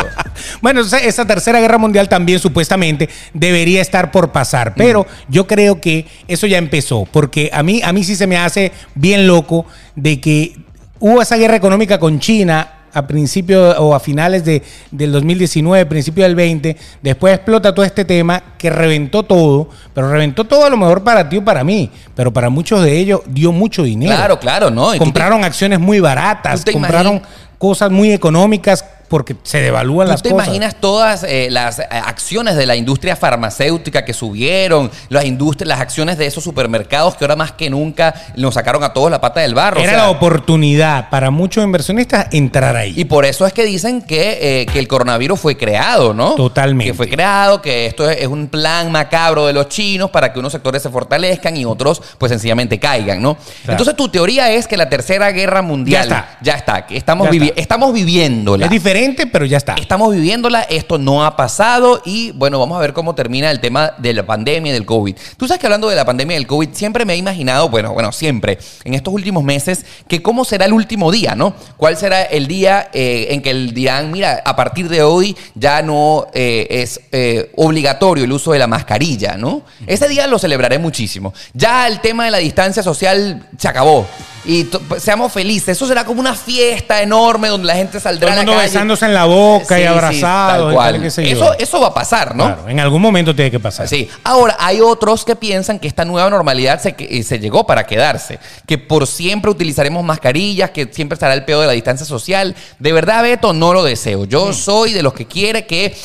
[SPEAKER 2] Bueno, esa esa tercera guerra mundial también supuestamente debería estar por
[SPEAKER 1] Mm.
[SPEAKER 2] pasar, pero yo creo que eso ya empezó, porque a mí, a mí sí se me hace bien loco de que hubo esa guerra económica con China a principios o a finales de, del 2019, principio del 20, después explota todo este tema que reventó todo, pero reventó todo a lo mejor para ti o para mí, pero para muchos de ellos dio mucho dinero.
[SPEAKER 1] Claro, claro, ¿no? Y tú te-
[SPEAKER 2] compraron acciones muy baratas,
[SPEAKER 1] ¿Tú te
[SPEAKER 2] compraron
[SPEAKER 1] imagin-
[SPEAKER 2] cosas muy económicas porque se devalúan las
[SPEAKER 1] ¿Tú te
[SPEAKER 2] cosas.
[SPEAKER 1] imaginas todas eh, las eh, acciones de la industria farmacéutica que subieron, las industrias, las acciones de esos supermercados que ahora más que nunca nos sacaron a todos la pata del barro? O
[SPEAKER 2] Era
[SPEAKER 1] sea,
[SPEAKER 2] la oportunidad para muchos inversionistas entrar ahí.
[SPEAKER 1] y por eso es que dicen que, eh, que el coronavirus fue creado, ¿no?
[SPEAKER 2] Totalmente.
[SPEAKER 1] Que fue creado, que esto es, es un plan macabro de los chinos para que unos sectores se fortalezcan y otros, pues sencillamente caigan, ¿no? Entonces, tu teoría es que la tercera guerra mundial.
[SPEAKER 2] Ya está.
[SPEAKER 1] Ya está. Que estamos,
[SPEAKER 2] Ya
[SPEAKER 1] vivi-
[SPEAKER 2] está.
[SPEAKER 1] estamos viviéndola.
[SPEAKER 2] es diferente, pero ya está.
[SPEAKER 1] Estamos viviéndola, esto no ha pasado y bueno, vamos a ver cómo termina el tema de la pandemia y del COVID. Tú sabes que hablando de la pandemia y del COVID, siempre me he imaginado, bueno, bueno, siempre, en estos últimos meses, que cómo será el último día, ¿no? ¿Cuál será el día eh, en que el dirán, mira, a partir de hoy ya no eh, es eh, obligatorio el uso de la mascarilla, ¿no? Ese día lo celebraré muchísimo. Ya el tema de la distancia social se acabó. Y to- seamos felices. Eso será como una fiesta enorme donde la gente saldrá
[SPEAKER 2] Todo el
[SPEAKER 1] a la
[SPEAKER 2] mundo
[SPEAKER 1] calle.
[SPEAKER 2] besándose en la boca
[SPEAKER 1] Sí,
[SPEAKER 2] y
[SPEAKER 1] sí,
[SPEAKER 2] abrazados.
[SPEAKER 1] tal
[SPEAKER 2] y tal,
[SPEAKER 1] cual.
[SPEAKER 2] qué sé yo.
[SPEAKER 1] Eso, eso va a pasar, ¿no?
[SPEAKER 2] Claro, en algún momento tiene que pasar.
[SPEAKER 1] Sí. Ahora, hay otros que piensan que esta nueva normalidad se, que- se llegó para quedarse, que por siempre utilizaremos mascarillas, que siempre estará el peor de la distancia social. De verdad, Beto, no lo deseo. Yo soy de los que quiere que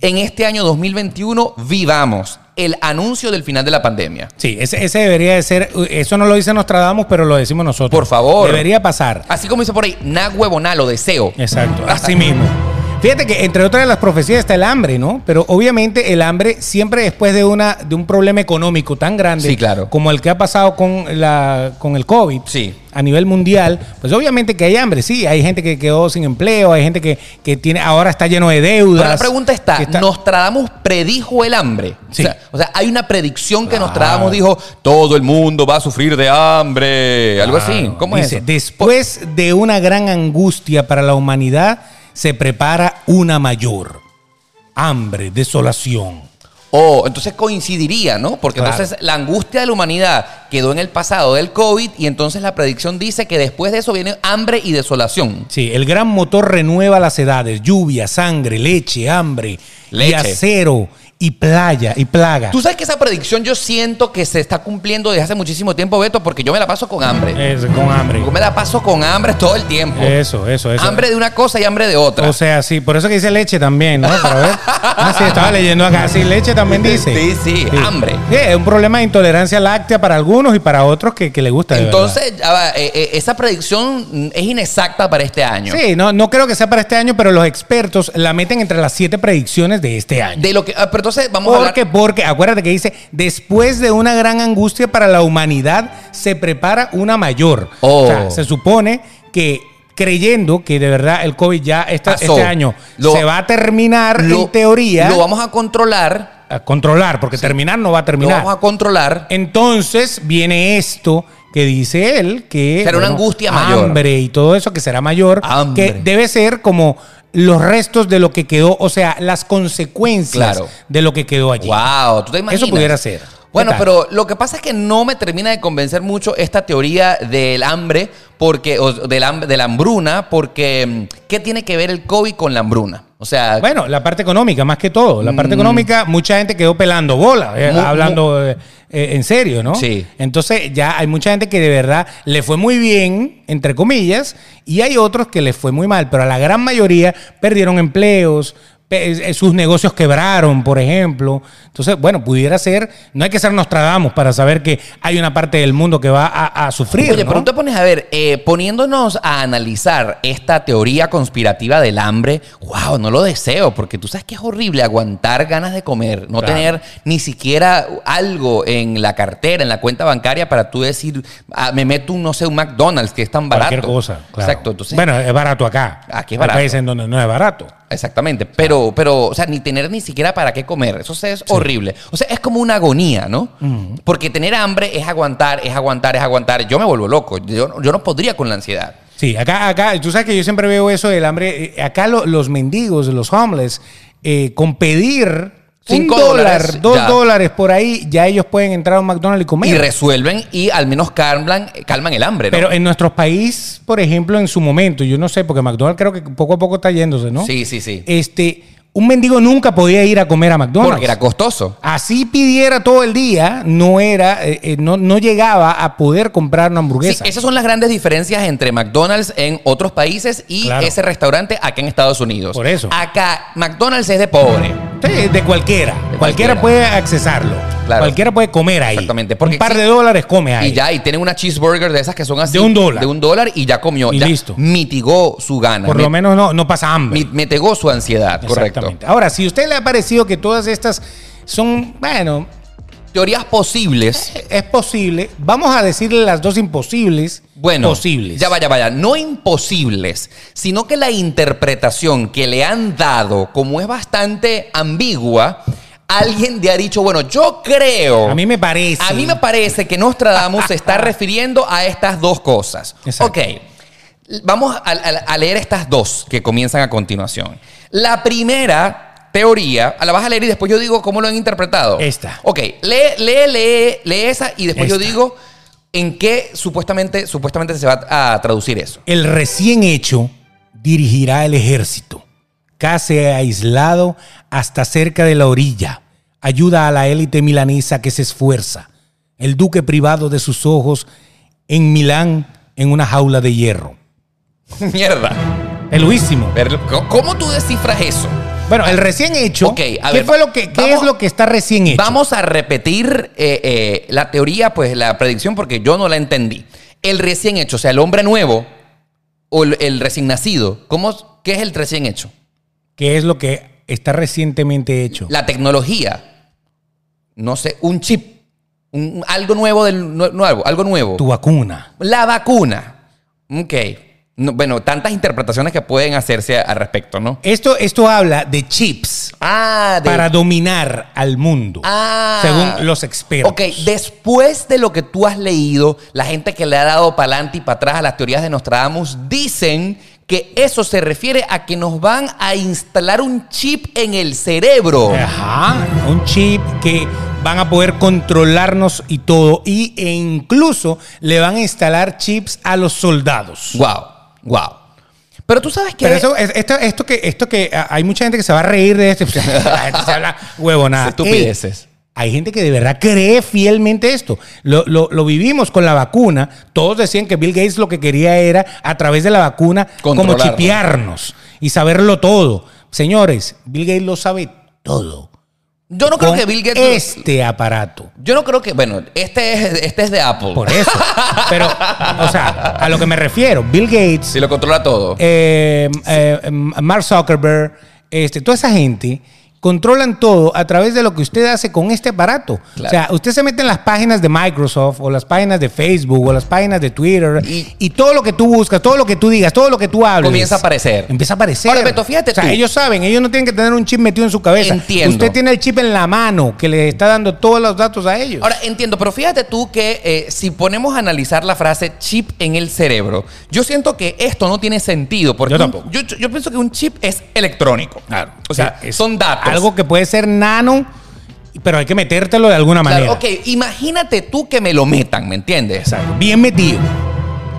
[SPEAKER 1] en este año 2021 vivamos el anuncio del final de la pandemia.
[SPEAKER 2] Sí, ese, ese debería de ser. Eso no lo dice Nostradamus, pero lo decimos nosotros.
[SPEAKER 1] Por favor.
[SPEAKER 2] Debería pasar.
[SPEAKER 1] Así como dice por ahí, na huevona, lo deseo.
[SPEAKER 2] Exacto, así mismo. Fíjate que entre otras de las profecías está el hambre, ¿no? Pero obviamente el hambre siempre después de una de un problema económico tan grande
[SPEAKER 1] Sí, claro.
[SPEAKER 2] como el que ha pasado con la con el COVID
[SPEAKER 1] Sí.
[SPEAKER 2] a nivel mundial, pues obviamente que hay hambre, sí, hay gente que quedó sin empleo, hay gente que, que tiene ahora está lleno de deudas.
[SPEAKER 1] Ahora la pregunta está,
[SPEAKER 2] que
[SPEAKER 1] ¿Nostradamus predijo el hambre?
[SPEAKER 2] Sí.
[SPEAKER 1] O, sea, o sea, hay una predicción que
[SPEAKER 2] Claro.
[SPEAKER 1] Nostradamus dijo, todo el mundo va a sufrir de hambre, algo así.
[SPEAKER 2] Claro.
[SPEAKER 1] ¿Cómo
[SPEAKER 2] Dice,
[SPEAKER 1] es? eso?
[SPEAKER 2] Después de una gran angustia para la humanidad, se prepara una mayor. Hambre, desolación.
[SPEAKER 1] O entonces coincidiría, ¿no? Porque
[SPEAKER 2] Claro.
[SPEAKER 1] entonces la angustia de la humanidad quedó en el pasado del COVID y entonces la predicción dice que después de eso viene hambre y desolación.
[SPEAKER 2] Sí, el gran motor renueva las edades, lluvia, sangre, leche, hambre,
[SPEAKER 1] Leche.
[SPEAKER 2] y acero y playa y plaga.
[SPEAKER 1] Tú sabes que esa predicción yo siento que se está cumpliendo desde hace muchísimo tiempo, Beto, porque yo me la paso con hambre.
[SPEAKER 2] Eso, con hambre.
[SPEAKER 1] Yo me la paso con hambre todo el tiempo.
[SPEAKER 2] Eso, eso, Eh, eso.
[SPEAKER 1] Hambre de una cosa y hambre de otra.
[SPEAKER 2] O sea, sí, por eso que dice leche también, ¿no? Para ver. Ah, sí, estaba leyendo acá. Sí, leche también dice.
[SPEAKER 1] Sí, sí, hambre.
[SPEAKER 2] Sí, es un problema de intolerancia láctea para algunos y para otros que, que le gusta. de verdad.
[SPEAKER 1] Entonces, ya va, eh, eh, esa predicción mm, es inexacta para este año.
[SPEAKER 2] Sí, no, no creo que sea para este año, pero los expertos la meten entre las siete predicciones de este año.
[SPEAKER 1] De lo que, ah, pero entonces vamos a
[SPEAKER 2] Porque,
[SPEAKER 1] hablar.
[SPEAKER 2] porque, acuérdate que dice, después de una gran angustia para la humanidad, se prepara una mayor.
[SPEAKER 1] Oh.
[SPEAKER 2] O sea, se supone que creyendo que de verdad el COVID ya esta-
[SPEAKER 1] Pasó.
[SPEAKER 2] este año
[SPEAKER 1] Lo-
[SPEAKER 2] se va a terminar
[SPEAKER 1] lo-
[SPEAKER 2] en teoría.
[SPEAKER 1] Lo vamos a controlar.
[SPEAKER 2] a controlar, porque terminar no va a
[SPEAKER 1] Lo
[SPEAKER 2] terminar.
[SPEAKER 1] vamos a controlar.
[SPEAKER 2] Entonces viene esto que dice él que
[SPEAKER 1] Será una angustia mayor.
[SPEAKER 2] hambre y todo eso que será mayor
[SPEAKER 1] Hambre.
[SPEAKER 2] que debe ser como los restos de lo que quedó o sea las consecuencias
[SPEAKER 1] Claro.
[SPEAKER 2] de lo que quedó allí
[SPEAKER 1] Wow, ¿tú te imaginas?
[SPEAKER 2] Eso pudiera ser.
[SPEAKER 1] Bueno,
[SPEAKER 2] ¿Qué tal?
[SPEAKER 1] pero lo que pasa es que no me termina de convencer mucho esta teoría del hambre, porque, o del hambre- de la hambruna, porque mm, ¿qué tiene que ver el COVID con la hambruna? O sea,
[SPEAKER 2] bueno la parte económica más que todo la parte económica mucha gente quedó pelando bola eh,
[SPEAKER 1] Mm. Mu-
[SPEAKER 2] hablando eh, eh, en serio no
[SPEAKER 1] Sí.
[SPEAKER 2] entonces ya hay mucha gente que de verdad le fue muy bien entre comillas y hay otros que les fue muy mal pero a la gran mayoría perdieron empleos pe- eh, sus negocios quebraron, por ejemplo. Entonces, bueno, pudiera ser, no hay que ser Nostradamus para saber que hay una parte del mundo que va a, a sufrir.
[SPEAKER 1] Oye,
[SPEAKER 2] ¿no?
[SPEAKER 1] pero tú te pones a ver, eh, poniéndonos a analizar esta teoría conspirativa del hambre, wow, no lo deseo, porque tú sabes que es horrible aguantar ganas de comer, no
[SPEAKER 2] Claro.
[SPEAKER 1] tener ni siquiera algo en la cartera, en la cuenta bancaria, para tú decir, ah, me meto un, no sé, un McDonald's que es tan barato.
[SPEAKER 2] Cualquier cosa, claro.
[SPEAKER 1] Exacto, entonces.
[SPEAKER 2] Bueno, es barato acá.
[SPEAKER 1] Aquí es barato.
[SPEAKER 2] Hay países en donde no es barato.
[SPEAKER 1] Exactamente, pero, pero, o sea, ni tener ni siquiera para qué comer, eso sí es horrible. O sea, es como una agonía, ¿no? Porque tener hambre es aguantar, es aguantar, es aguantar. Yo me vuelvo loco, yo, no- yo no podría con la ansiedad.
[SPEAKER 2] Sí, acá, acá, tú sabes que yo siempre veo eso del hambre. eh, Acá lo- los mendigos, los homeless, eh, con pedir
[SPEAKER 1] Cinco
[SPEAKER 2] un dólar,
[SPEAKER 1] dólares,
[SPEAKER 2] dos
[SPEAKER 1] ya.
[SPEAKER 2] dólares por ahí, ya ellos pueden entrar a un McDonald's y comer.
[SPEAKER 1] Y resuelven y al menos calman, calman el hambre, ¿no?
[SPEAKER 2] Pero en nuestro país, por ejemplo, en su momento, yo no sé, porque McDonald's creo que poco a poco está yéndose, ¿no?
[SPEAKER 1] Sí, sí, sí.
[SPEAKER 2] Este, un mendigo nunca podía ir a comer a McDonald's.
[SPEAKER 1] Porque era costoso.
[SPEAKER 2] Así pidiera todo el día, no era, eh, eh, no, no llegaba a poder comprar una
[SPEAKER 1] Sí,
[SPEAKER 2] hamburguesa.
[SPEAKER 1] esas son las grandes diferencias entre McDonald's en otros países y
[SPEAKER 2] Claro.
[SPEAKER 1] ese restaurante acá en Estados Unidos.
[SPEAKER 2] Por eso.
[SPEAKER 1] Acá McDonald's es de pobre.
[SPEAKER 2] Sí,
[SPEAKER 1] De
[SPEAKER 2] de cualquiera. cualquiera.
[SPEAKER 1] cualquiera.
[SPEAKER 2] puede accesarlo.
[SPEAKER 1] Claro.
[SPEAKER 2] Cualquiera puede comer ahí.
[SPEAKER 1] Exactamente, porque
[SPEAKER 2] un par
[SPEAKER 1] sí.
[SPEAKER 2] de dólares come Ah, ahí.
[SPEAKER 1] Y ya, y tiene una cheeseburger de esas que son así.
[SPEAKER 2] De un dólar.
[SPEAKER 1] De un dólar y ya comió.
[SPEAKER 2] Y
[SPEAKER 1] ya
[SPEAKER 2] listo.
[SPEAKER 1] Mitigó su gana.
[SPEAKER 2] Por
[SPEAKER 1] mi-
[SPEAKER 2] lo menos no, no pasa hambre.
[SPEAKER 1] mi- mitigó su ansiedad, correcto.
[SPEAKER 2] Exactamente. Ahora, si a usted le ha parecido que todas estas son, bueno, e-,
[SPEAKER 1] Teorías posibles.
[SPEAKER 2] es posible, vamos a decirle las dos imposibles
[SPEAKER 1] Bueno,
[SPEAKER 2] posibles.
[SPEAKER 1] ya vaya, vaya, no imposibles, sino que la interpretación que le han dado, como es bastante ambigua, alguien le ha dicho, bueno, yo creo...
[SPEAKER 2] A mí me parece.
[SPEAKER 1] A mí me parece que Nostradamus se está refiriendo a estas dos cosas.
[SPEAKER 2] Exacto.
[SPEAKER 1] Ok, vamos a, a- a leer estas dos que comienzan a continuación. La primera teoría, ah, la vas a leer y después yo digo cómo lo han interpretado.
[SPEAKER 2] Esta.
[SPEAKER 1] Ok, lee, lee, lee, lee esa y después yo
[SPEAKER 2] Esta.
[SPEAKER 1] digo en qué supuestamente, supuestamente se va a traducir eso.
[SPEAKER 2] El recién hecho dirigirá el ejército, casi aislado hasta cerca de la orilla. Ayuda a la élite milanesa que se esfuerza. El duque privado de sus ojos en Milán en una jaula de hierro.
[SPEAKER 1] Mierda.
[SPEAKER 2] Peluísimo.
[SPEAKER 1] Pero, ¿cómo- ¿Cómo tú descifras eso?
[SPEAKER 2] Bueno, el recién hecho.
[SPEAKER 1] Ok, a
[SPEAKER 2] ¿qué
[SPEAKER 1] ver,
[SPEAKER 2] fue lo que, qué
[SPEAKER 1] vamos-
[SPEAKER 2] es lo que está recién hecho?
[SPEAKER 1] Vamos a repetir eh, eh, la teoría, pues la predicción, porque yo no la entendí. El recién hecho, o sea, el hombre nuevo o el, el recién nacido, ¿cómo, ¿qué es el recién hecho?
[SPEAKER 2] ¿Qué es lo que está recientemente hecho?
[SPEAKER 1] La tecnología, no sé, un chip, un- algo nuevo, del, nue- nuevo algo nuevo.
[SPEAKER 2] Tu vacuna.
[SPEAKER 1] La vacuna, ok. No, bueno, tantas interpretaciones que pueden hacerse a- al respecto, ¿no?
[SPEAKER 2] Esto, esto habla de chips
[SPEAKER 1] Ah, de-
[SPEAKER 2] Eh, para dominar al mundo.
[SPEAKER 1] Ah.
[SPEAKER 2] Según los expertos.
[SPEAKER 1] Ok, después de lo que tú has leído, la gente que le ha dado para adelante y para atrás a las teorías de Nostradamus dicen que eso se refiere a que nos van a instalar un chip en el cerebro.
[SPEAKER 2] Ajá, un chip que van a poder controlarnos y todo. Y, e incluso le van a instalar chips a los soldados.
[SPEAKER 1] Wow, wow. Pero tú sabes que
[SPEAKER 2] Pero eso, es- esto, esto que, esto que a- hay mucha gente que se va a reír de esto. La gente se habla huevonada.
[SPEAKER 1] Estupideces.
[SPEAKER 2] Ey, hay gente que de verdad cree fielmente esto. Lo, lo- lo vivimos con la vacuna. Todos decían que Bill Gates lo que quería era, a través de la vacuna, como
[SPEAKER 1] Controlarnos.
[SPEAKER 2] chipearnos y saberlo todo. Señores, Bill Gates lo sabe todo.
[SPEAKER 1] yo no creo
[SPEAKER 2] con
[SPEAKER 1] que Bill Gates...
[SPEAKER 2] Este aparato.
[SPEAKER 1] Yo no creo que... Bueno, este es, este es de Apple.
[SPEAKER 2] Por eso. Pero, o sea, a lo que me refiero, Bill Gates,
[SPEAKER 1] Si lo controla todo.
[SPEAKER 2] eh, eh, eh, Mark Zuckerberg, este, toda esa gente controlan todo a través de lo que usted hace con este aparato.
[SPEAKER 1] Claro.
[SPEAKER 2] O sea, usted se mete en las páginas de Microsoft o las páginas de Facebook o las páginas de Twitter
[SPEAKER 1] Y-
[SPEAKER 2] y, todo lo que tú buscas, todo lo que tú digas, todo lo que tú hables.
[SPEAKER 1] Comienza a aparecer.
[SPEAKER 2] Empieza a aparecer.
[SPEAKER 1] Ahora, Beto, fíjate
[SPEAKER 2] O sea,
[SPEAKER 1] tú.
[SPEAKER 2] ellos saben, ellos no tienen que tener un chip metido en su cabeza.
[SPEAKER 1] Entiendo.
[SPEAKER 2] Usted tiene el chip en la mano que le está dando todos los datos a ellos.
[SPEAKER 1] Ahora, entiendo, pero fíjate tú que eh, si ponemos a analizar la frase chip en el cerebro, yo siento que esto no tiene sentido. Porque
[SPEAKER 2] Yo
[SPEAKER 1] un-
[SPEAKER 2] tampoco.
[SPEAKER 1] yo, yo pienso que un chip es electrónico.
[SPEAKER 2] Claro.
[SPEAKER 1] O sea,
[SPEAKER 2] Sí, es
[SPEAKER 1] son datos.
[SPEAKER 2] Algo que puede ser nano, pero hay que metértelo de alguna
[SPEAKER 1] Claro,
[SPEAKER 2] manera.
[SPEAKER 1] ok, imagínate tú que me lo metan, ¿me entiendes?
[SPEAKER 2] Exacto. Bien metido.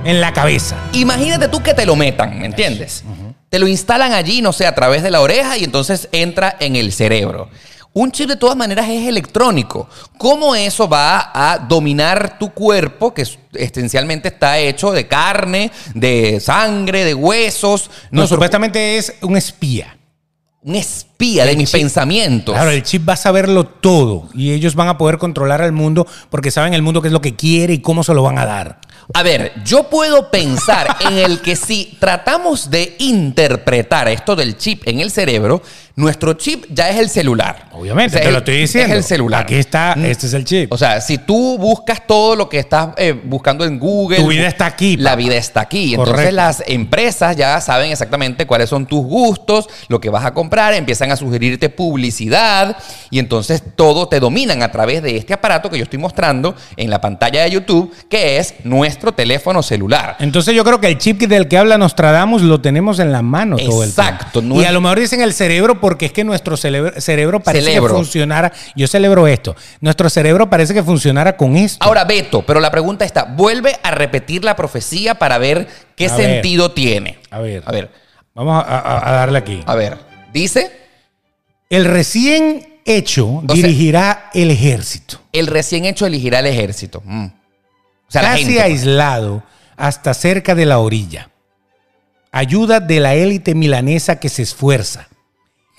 [SPEAKER 2] En la cabeza.
[SPEAKER 1] Imagínate tú que te lo metan, ¿me entiendes? Te lo instalan allí, no sé, a través de la oreja y entonces entra en el cerebro. Un chip de todas maneras es electrónico. ¿Cómo eso va a dominar tu cuerpo, que es- esencialmente está hecho de carne, de sangre, de huesos?
[SPEAKER 2] No,
[SPEAKER 1] Nuestro-
[SPEAKER 2] supuestamente es un espía.
[SPEAKER 1] Un espía de mis pensamientos.
[SPEAKER 2] Claro, el chip va a saberlo todo y ellos van a poder controlar al mundo porque saben el mundo qué es lo que quiere y cómo se lo van a dar.
[SPEAKER 1] A ver, yo puedo pensar en el que si tratamos de interpretar esto del chip en el cerebro, nuestro chip ya es el celular. O
[SPEAKER 2] Obviamente,
[SPEAKER 1] sea,
[SPEAKER 2] te
[SPEAKER 1] es-
[SPEAKER 2] lo estoy diciendo.
[SPEAKER 1] Es el celular. Mm.
[SPEAKER 2] Aquí está, este es el chip.
[SPEAKER 1] O sea, si tú buscas todo lo que estás eh, buscando en Google.
[SPEAKER 2] Tu vida está aquí,
[SPEAKER 1] La
[SPEAKER 2] papá.
[SPEAKER 1] vida está aquí. Entonces
[SPEAKER 2] Correcto.
[SPEAKER 1] las empresas ya saben exactamente cuáles son tus gustos, lo que vas a comprar, empiezan a sugerirte publicidad y entonces todo te dominan a través de este aparato que yo estoy mostrando en la pantalla de YouTube, que es nuestro teléfono celular.
[SPEAKER 2] Entonces yo creo que el chip del que habla Nostradamus lo tenemos en la mano todo el tiempo.
[SPEAKER 1] Exacto, no
[SPEAKER 2] y
[SPEAKER 1] es-
[SPEAKER 2] a lo mejor dicen el cerebro porque es que nuestro cerebro, cerebro parece
[SPEAKER 1] Celebro.
[SPEAKER 2] que funcionara. Yo celebro esto. Nuestro cerebro parece que funcionara con esto.
[SPEAKER 1] Ahora, Beto, pero la pregunta está, vuelve a repetir la profecía para ver qué
[SPEAKER 2] A ver.
[SPEAKER 1] sentido tiene.
[SPEAKER 2] A ver.
[SPEAKER 1] A ver,
[SPEAKER 2] Vamos a, a- a darle aquí.
[SPEAKER 1] a ver. Dice...
[SPEAKER 2] El recién hecho
[SPEAKER 1] sea-
[SPEAKER 2] dirigirá el ejército.
[SPEAKER 1] el recién hecho elegirá el ejército. Mm. O sea, la
[SPEAKER 2] casi
[SPEAKER 1] gente. pues.
[SPEAKER 2] aislado hasta cerca de la orilla. Ayuda de la élite milanesa que se esfuerza.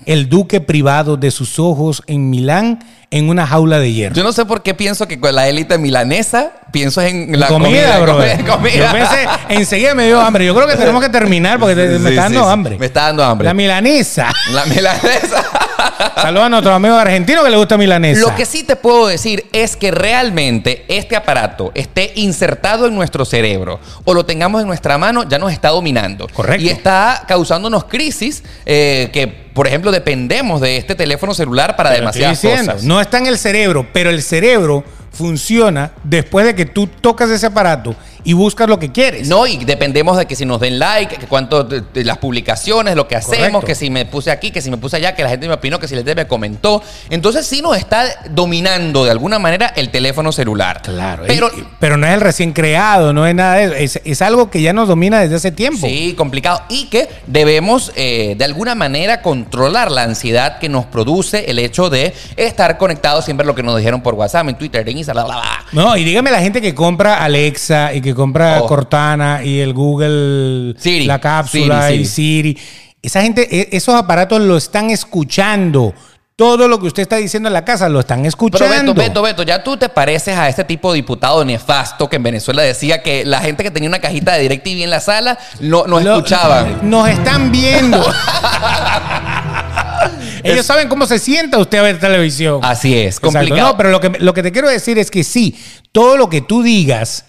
[SPEAKER 2] El duque privado de sus ojos en Milán en una jaula de hierro.
[SPEAKER 1] pues. Yo no sé por qué pienso que con la élite milanesa pienso en la
[SPEAKER 2] comida,
[SPEAKER 1] comida,
[SPEAKER 2] bro.
[SPEAKER 1] comida, comida.
[SPEAKER 2] Yo pensé, enseguida me dio hambre. Yo creo que tenemos que terminar porque te-
[SPEAKER 1] Sí,
[SPEAKER 2] me está
[SPEAKER 1] sí,
[SPEAKER 2] dando
[SPEAKER 1] sí.
[SPEAKER 2] hambre.
[SPEAKER 1] Me está dando hambre.
[SPEAKER 2] La milanesa.
[SPEAKER 1] La milanesa.
[SPEAKER 2] Saludos a nuestros amigos argentinos que les gusta milanesa.
[SPEAKER 1] Lo que sí te puedo decir es que realmente este aparato esté insertado en nuestro cerebro o lo tengamos en nuestra mano, ya nos está dominando.
[SPEAKER 2] Correcto.
[SPEAKER 1] Y está causándonos crisis eh, que, por ejemplo, dependemos de este teléfono celular para
[SPEAKER 2] Te lo estoy
[SPEAKER 1] demasiadas
[SPEAKER 2] diciendo.
[SPEAKER 1] cosas.
[SPEAKER 2] No está en el cerebro, pero el cerebro funciona después de que tú tocas ese aparato y buscas lo que quieres.
[SPEAKER 1] No, y dependemos de que si nos den like, que cuánto de- de las publicaciones, lo que hacemos,
[SPEAKER 2] Correcto.
[SPEAKER 1] que si me puse aquí, que si me puse allá, que la gente me opinó, que si la gente me comentó. Entonces sí nos está dominando de alguna manera el teléfono celular.
[SPEAKER 2] Claro,
[SPEAKER 1] Pero
[SPEAKER 2] pero, pero no es el recién creado, no es nada de eso. Es, es algo que ya nos domina desde hace tiempo.
[SPEAKER 1] sí, complicado. Y que debemos eh, de alguna manera controlar la ansiedad que nos produce el hecho de estar conectados siempre a lo que nos dijeron por WhatsApp, en Twitter, en Instagram, bla, bla, bla.
[SPEAKER 2] No, y dígame la gente que compra Alexa y que compra
[SPEAKER 1] Oh.
[SPEAKER 2] Cortana y el Google,
[SPEAKER 1] Siri,
[SPEAKER 2] la cápsula
[SPEAKER 1] Siri,
[SPEAKER 2] y Siri. Esa gente, e- esos aparatos lo están escuchando. Todo lo que usted está diciendo en la casa lo están escuchando.
[SPEAKER 1] Pero Beto, Beto, Beto, ya tú te pareces a este tipo de diputado nefasto que en Venezuela decía que la gente que tenía una cajita de DirecTV en la sala no, no
[SPEAKER 2] Lo-
[SPEAKER 1] escuchaban.
[SPEAKER 2] Nos están viendo. Ellos saben cómo se sienta usted a ver televisión.
[SPEAKER 1] Así es,
[SPEAKER 2] Exacto.
[SPEAKER 1] complicado.
[SPEAKER 2] No, pero lo que, lo que te quiero decir es que sí, todo lo que tú digas,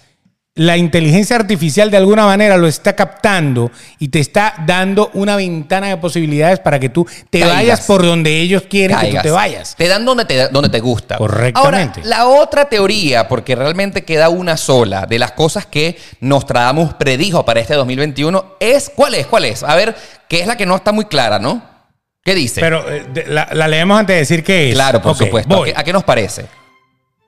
[SPEAKER 2] la inteligencia artificial de alguna manera lo está captando y te está dando una ventana de posibilidades para que tú te
[SPEAKER 1] Caigas.
[SPEAKER 2] vayas por donde ellos quieren que
[SPEAKER 1] Caigas.
[SPEAKER 2] tú te vayas.
[SPEAKER 1] Te dan donde te, donde te gusta.
[SPEAKER 2] Correctamente.
[SPEAKER 1] Ahora, la otra teoría, porque realmente queda una sola de las cosas que Nostradamus predijo para este 2021, es ¿cuál es? ¿Cuál es? A ver, que es la que no está muy clara, ¿no? ¿Qué dice?
[SPEAKER 2] Pero eh, de- la, la leemos antes de decir qué es.
[SPEAKER 1] claro, por
[SPEAKER 2] Ok,
[SPEAKER 1] supuesto. ¿A
[SPEAKER 2] voy.
[SPEAKER 1] qué- ¿A qué nos parece?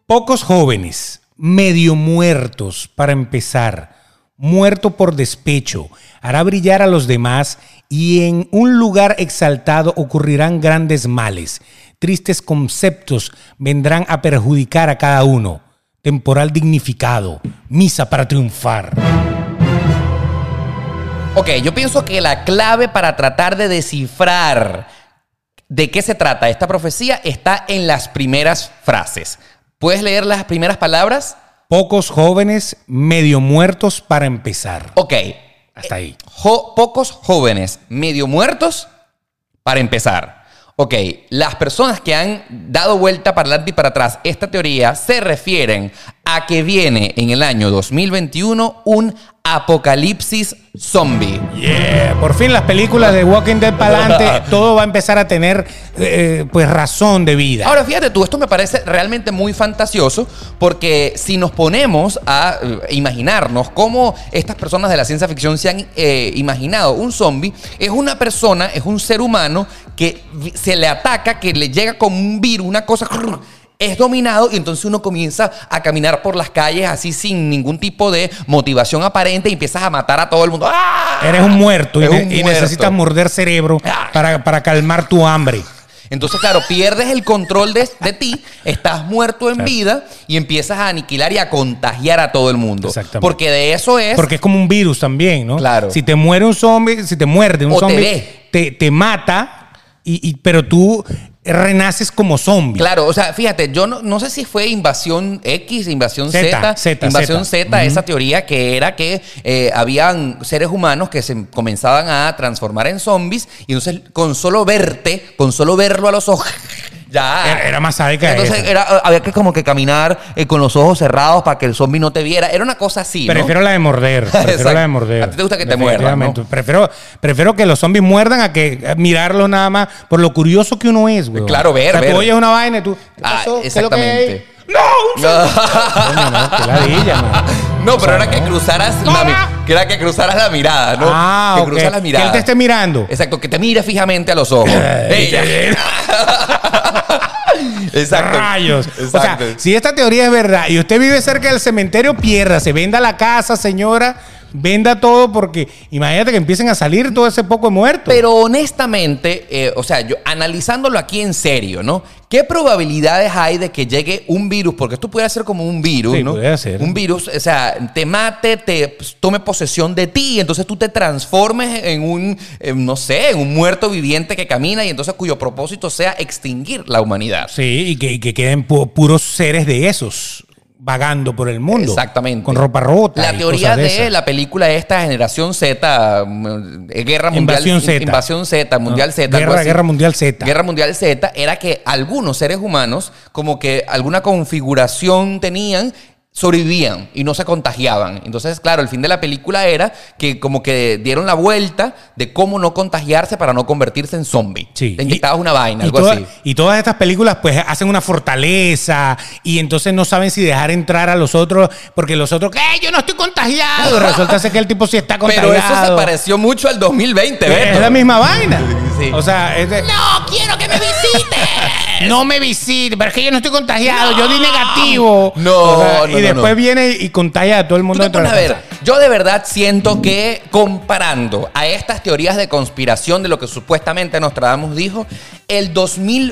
[SPEAKER 2] Pocos jóvenes, medio muertos para empezar, muerto por despecho, hará brillar a los demás y en un lugar exaltado ocurrirán grandes males. Tristes conceptos vendrán a perjudicar a cada uno. Temporal dignificado, misa para triunfar.
[SPEAKER 1] Ok, yo pienso que la clave para tratar de descifrar de qué se trata esta profecía está en las primeras frases. ¿Puedes leer las primeras palabras?
[SPEAKER 2] Pocos jóvenes, medio muertos para empezar.
[SPEAKER 1] Ok,
[SPEAKER 2] Hasta ahí.
[SPEAKER 1] jo- pocos jóvenes medio muertos para empezar. Ok, las personas que han dado vuelta para adelante y para atrás esta teoría se refieren a que viene en el año 2021 un apocalipsis zombie.
[SPEAKER 2] Yeah, por fin las películas de Walking Dead para adelante, todo va a empezar a tener eh, pues razón de vida.
[SPEAKER 1] Ahora, fíjate tú, esto me parece realmente muy fantasioso porque si nos ponemos a eh, imaginarnos cómo estas personas de la ciencia ficción se han eh, imaginado un zombie, es una persona, es un ser humano que vi- se le ataca, que le llega como un virus, una cosa... Es dominado y entonces uno comienza a caminar por las calles así sin ningún tipo de motivación aparente y empiezas a matar a todo el mundo. ¡Ah!
[SPEAKER 2] Eres un muerto y,
[SPEAKER 1] Es
[SPEAKER 2] ne-
[SPEAKER 1] un
[SPEAKER 2] y
[SPEAKER 1] muerto.
[SPEAKER 2] necesitas morder cerebro
[SPEAKER 1] Ah.
[SPEAKER 2] para, para calmar tu hambre.
[SPEAKER 1] Entonces, claro, pierdes el control de, de ti, estás muerto en vida y empiezas a aniquilar y a contagiar a todo el mundo.
[SPEAKER 2] Exactamente.
[SPEAKER 1] Porque de eso es.
[SPEAKER 2] Porque es como un virus también, ¿no?
[SPEAKER 1] Claro.
[SPEAKER 2] Si te muere un zombie, si te muerde un
[SPEAKER 1] O te
[SPEAKER 2] zombie,
[SPEAKER 1] ve.
[SPEAKER 2] te, te mata, y, y- pero tú renaces como zombie.
[SPEAKER 1] Claro, o sea, fíjate, yo no, no sé si fue invasión X, invasión Z,
[SPEAKER 2] Z, Z,
[SPEAKER 1] invasión Z,
[SPEAKER 2] Z.
[SPEAKER 1] esa teoría que era que eh, habían seres humanos que se comenzaban a transformar en zombies y entonces con solo verte, con solo verlo a los ojos, ya...
[SPEAKER 2] Era, era más sádica
[SPEAKER 1] entonces eh,
[SPEAKER 2] esa.
[SPEAKER 1] era, había que como que caminar eh, con los ojos cerrados para que el zombie no te viera. Era una cosa así, ¿no?
[SPEAKER 2] Prefiero la de morder. Prefiero
[SPEAKER 1] Exacto.
[SPEAKER 2] la de morder.
[SPEAKER 1] A ti te gusta que te muerdan,
[SPEAKER 2] Definitivamente. Prefiero, prefiero que los zombies muerdan a que a mirarlos nada más por lo curioso que uno es, güey.
[SPEAKER 1] Claro, ver,
[SPEAKER 2] O sea,
[SPEAKER 1] ver.
[SPEAKER 2] tú oyes una vaina y tú. ¿Qué
[SPEAKER 1] Ah,
[SPEAKER 2] pasó? ¿Qué es lo que hay?
[SPEAKER 1] exactamente.
[SPEAKER 2] ¡No! Coño, no, qué ladilla, man.
[SPEAKER 1] No,
[SPEAKER 2] O
[SPEAKER 1] pero
[SPEAKER 2] sea,
[SPEAKER 1] era que
[SPEAKER 2] no.
[SPEAKER 1] cruzaras la
[SPEAKER 2] ¡Hola!
[SPEAKER 1] mi- que era que cruzaras la mirada, ¿no?
[SPEAKER 2] Ah,
[SPEAKER 1] que
[SPEAKER 2] ok.
[SPEAKER 1] cruzas la
[SPEAKER 2] Que
[SPEAKER 1] mirada.
[SPEAKER 2] él te esté mirando.
[SPEAKER 1] Exacto, que te mire fijamente a los ojos. Ey, Exacto.
[SPEAKER 2] Rayos. O sea,
[SPEAKER 1] Exacto.
[SPEAKER 2] si esta teoría es verdad y usted vive cerca del cementerio, pierda, se venda la casa, señora, venda todo porque imagínate que empiecen a salir todo ese poco de muertos.
[SPEAKER 1] pero honestamente, eh, o sea, yo analizándolo aquí en serio, ¿no? ¿Qué probabilidades hay de que llegue un virus? Porque esto puede ser como un virus,
[SPEAKER 2] Sí,
[SPEAKER 1] ¿no?
[SPEAKER 2] pudiera ser.
[SPEAKER 1] Un virus, o sea, te mate, te pues, tome posesión de ti, y entonces tú te transformes en un, eh, no sé, en un muerto viviente que camina y entonces cuyo propósito sea extinguir la humanidad.
[SPEAKER 2] Sí, y que, y que queden pu- puros seres de esos vagando por el mundo.
[SPEAKER 1] Exactamente.
[SPEAKER 2] Con ropa rota.
[SPEAKER 1] La
[SPEAKER 2] y
[SPEAKER 1] teoría
[SPEAKER 2] cosas
[SPEAKER 1] de,
[SPEAKER 2] esas.
[SPEAKER 1] la película esta, Generación Z, mm, eh, Guerra Mundial
[SPEAKER 2] Invasión Z.
[SPEAKER 1] Invasión Z, Mundial
[SPEAKER 2] Ah,
[SPEAKER 1] Z. algo
[SPEAKER 2] Guerra,
[SPEAKER 1] así.
[SPEAKER 2] Guerra Mundial Z.
[SPEAKER 1] Guerra Mundial Z era que algunos seres humanos, como que alguna configuración tenían, sobrevivían y no se contagiaban. Entonces, claro, el fin de la película era que como que dieron la vuelta de cómo no contagiarse para no convertirse en zombie.
[SPEAKER 2] Sí.
[SPEAKER 1] Te inyectabas
[SPEAKER 2] Y-
[SPEAKER 1] una vaina,
[SPEAKER 2] y
[SPEAKER 1] algo
[SPEAKER 2] toda-
[SPEAKER 1] así.
[SPEAKER 2] Y todas estas películas pues hacen una fortaleza y entonces no saben si dejar entrar a los otros porque los otros, ¡eh, yo no estoy contagiado! Resulta ser que el tipo sí está contagiado.
[SPEAKER 1] Pero eso se pareció mucho al 2020,
[SPEAKER 2] Es
[SPEAKER 1] Beto.
[SPEAKER 2] la misma vaina.
[SPEAKER 1] Sí.
[SPEAKER 2] O sea, es de-
[SPEAKER 3] No quiero que me visite.
[SPEAKER 2] no me visite, pero es que yo no estoy contagiado, yo di negativo.
[SPEAKER 1] No,
[SPEAKER 2] O sea,
[SPEAKER 1] no, no,
[SPEAKER 2] y después
[SPEAKER 1] no.
[SPEAKER 2] viene y contagia a todo el
[SPEAKER 1] Tú
[SPEAKER 2] mundo.
[SPEAKER 1] te
[SPEAKER 2] dentro de
[SPEAKER 1] pones a
[SPEAKER 2] la
[SPEAKER 1] ver,
[SPEAKER 2] casa.
[SPEAKER 1] yo de verdad siento que comparando a estas teorías de conspiración de lo que supuestamente Nostradamus dijo, el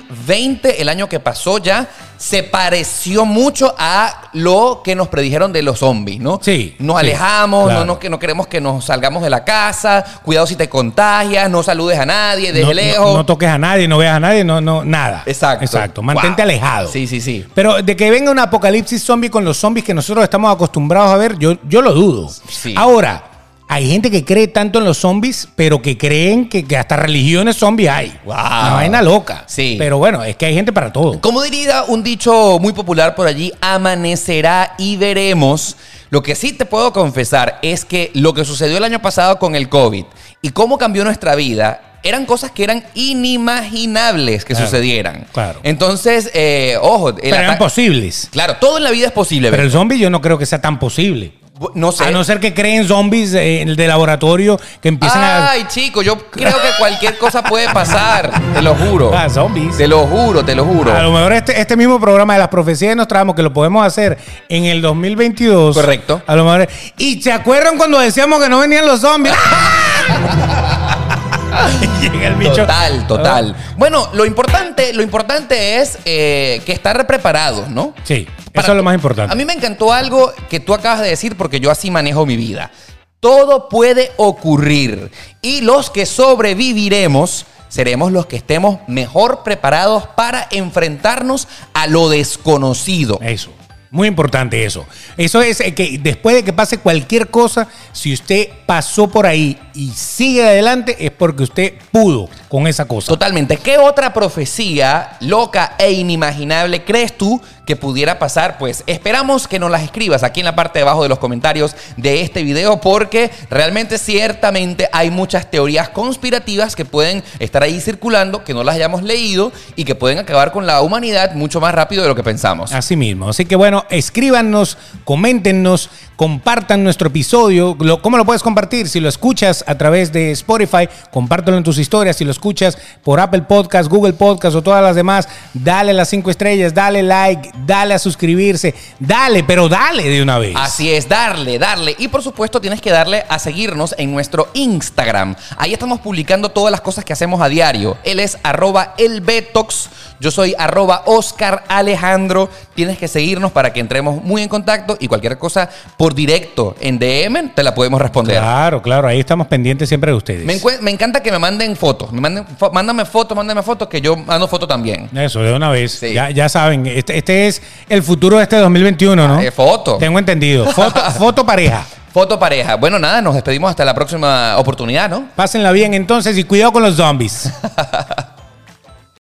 [SPEAKER 1] 2020, el año que pasó ya, se pareció mucho a lo que nos predijeron de los zombies, ¿no?
[SPEAKER 2] Sí,
[SPEAKER 1] Nos
[SPEAKER 2] sí,
[SPEAKER 1] alejamos,
[SPEAKER 2] claro.
[SPEAKER 1] no, nos- que no queremos que nos salgamos de la casa, cuidado si te contagias, no saludes a nadie, desde
[SPEAKER 2] No,
[SPEAKER 1] lejos.
[SPEAKER 2] no- no toques a nadie, no veas a nadie, no, no, nada.
[SPEAKER 1] Exacto.
[SPEAKER 2] Exacto. Mantente
[SPEAKER 1] Wow.
[SPEAKER 2] alejado.
[SPEAKER 1] Sí, sí, sí.
[SPEAKER 2] Pero de que venga un apocalipsis zombie con los zombies que nosotros estamos acostumbrados a ver, yo, yo lo dudo.
[SPEAKER 1] Sí.
[SPEAKER 2] Ahora, hay gente que cree tanto en los zombies, pero que creen que, que hasta religiones zombies hay.
[SPEAKER 1] Wow.
[SPEAKER 2] Una vaina loca.
[SPEAKER 1] Sí.
[SPEAKER 2] Pero bueno, es que hay gente para todo.
[SPEAKER 1] Como diría un dicho muy popular por allí, amanecerá y veremos. Lo que sí te puedo confesar es que lo que sucedió el año pasado con el COVID y cómo cambió nuestra vida eran cosas que eran inimaginables que
[SPEAKER 2] Claro,
[SPEAKER 1] sucedieran.
[SPEAKER 2] claro.
[SPEAKER 1] Entonces, eh, ojo, el
[SPEAKER 2] Pero eran
[SPEAKER 1] ata-
[SPEAKER 2] posibles.
[SPEAKER 1] Claro, todo en la vida es posible.
[SPEAKER 2] Pero el
[SPEAKER 1] ¿ves?
[SPEAKER 2] zombie yo no creo que sea tan posible.
[SPEAKER 1] no sé.
[SPEAKER 2] A no ser que creen zombies eh, de laboratorio que empiezan a...
[SPEAKER 1] Ay, chico, yo creo que cualquier cosa puede pasar. Te lo juro.
[SPEAKER 2] Ah, zombies.
[SPEAKER 1] Te lo juro, te lo juro.
[SPEAKER 2] A lo mejor este, este mismo programa de las profecías de Nostradamus, que lo podemos hacer en el 2022.
[SPEAKER 1] Correcto.
[SPEAKER 2] A lo mejor. Y se acuerdan cuando decíamos que no venían los zombies. Y Llega el bicho. Ah,
[SPEAKER 1] Total, total. Bueno, lo importante, lo importante es eh, que estar preparados, ¿no?
[SPEAKER 2] Sí,
[SPEAKER 1] Para
[SPEAKER 2] eso es lo
[SPEAKER 1] to-
[SPEAKER 2] más importante.
[SPEAKER 1] A mí me encantó algo que tú acabas de decir porque yo así manejo mi vida. Todo puede ocurrir y los que sobreviviremos seremos los que estemos mejor preparados para enfrentarnos a lo desconocido.
[SPEAKER 2] Eso. Muy importante eso. Eso es eh, que después de que pase cualquier cosa, si usted pasó por ahí y sigue adelante, es porque usted pudo con esa cosa.
[SPEAKER 1] Totalmente. ¿Qué otra profecía loca e inimaginable crees tú que pudiera pasar? Pues esperamos que nos las escribas aquí en la parte de abajo de los comentarios de este video porque realmente ciertamente hay muchas teorías conspirativas que pueden estar ahí circulando, que no las hayamos leído y que pueden acabar con la humanidad mucho más rápido de lo que pensamos.
[SPEAKER 2] Así mismo. Así que bueno, escríbanos, coméntenos, compartan nuestro episodio. Lo- ¿Cómo lo puedes compartir? Si lo escuchas a través de Spotify, compártelo en tus historias. Si lo escuchas por Apple Podcast, Google Podcast o todas las demás, dale las cinco estrellas, dale like, dale a suscribirse, dale, pero dale de una vez.
[SPEAKER 1] Así es, darle, darle. Y por supuesto tienes que darle a seguirnos en nuestro Instagram. Ahí estamos publicando todas las cosas que hacemos a diario. Él es arroba elbetox. Yo soy arroba Oscar Alejandro. Tienes que seguirnos para que entremos muy en contacto y cualquier cosa por directo en DM te la podemos responder.
[SPEAKER 2] Claro, claro, ahí estamos pendientes siempre de ustedes.
[SPEAKER 1] Me, encue- me encanta que me manden fotos. Me manden fo- mándame fotos, mándame fotos, que yo mando fotos también.
[SPEAKER 2] Eso, de una vez.
[SPEAKER 1] Sí.
[SPEAKER 2] Ya, ya saben, este, este es el futuro de este 2021, ¿no?
[SPEAKER 1] eh, foto.
[SPEAKER 2] Tengo entendido. Foto, foto pareja.
[SPEAKER 1] Foto pareja. Bueno, nada, nos despedimos hasta la próxima oportunidad, ¿no?
[SPEAKER 2] Pásenla bien entonces y cuidado con los zombies.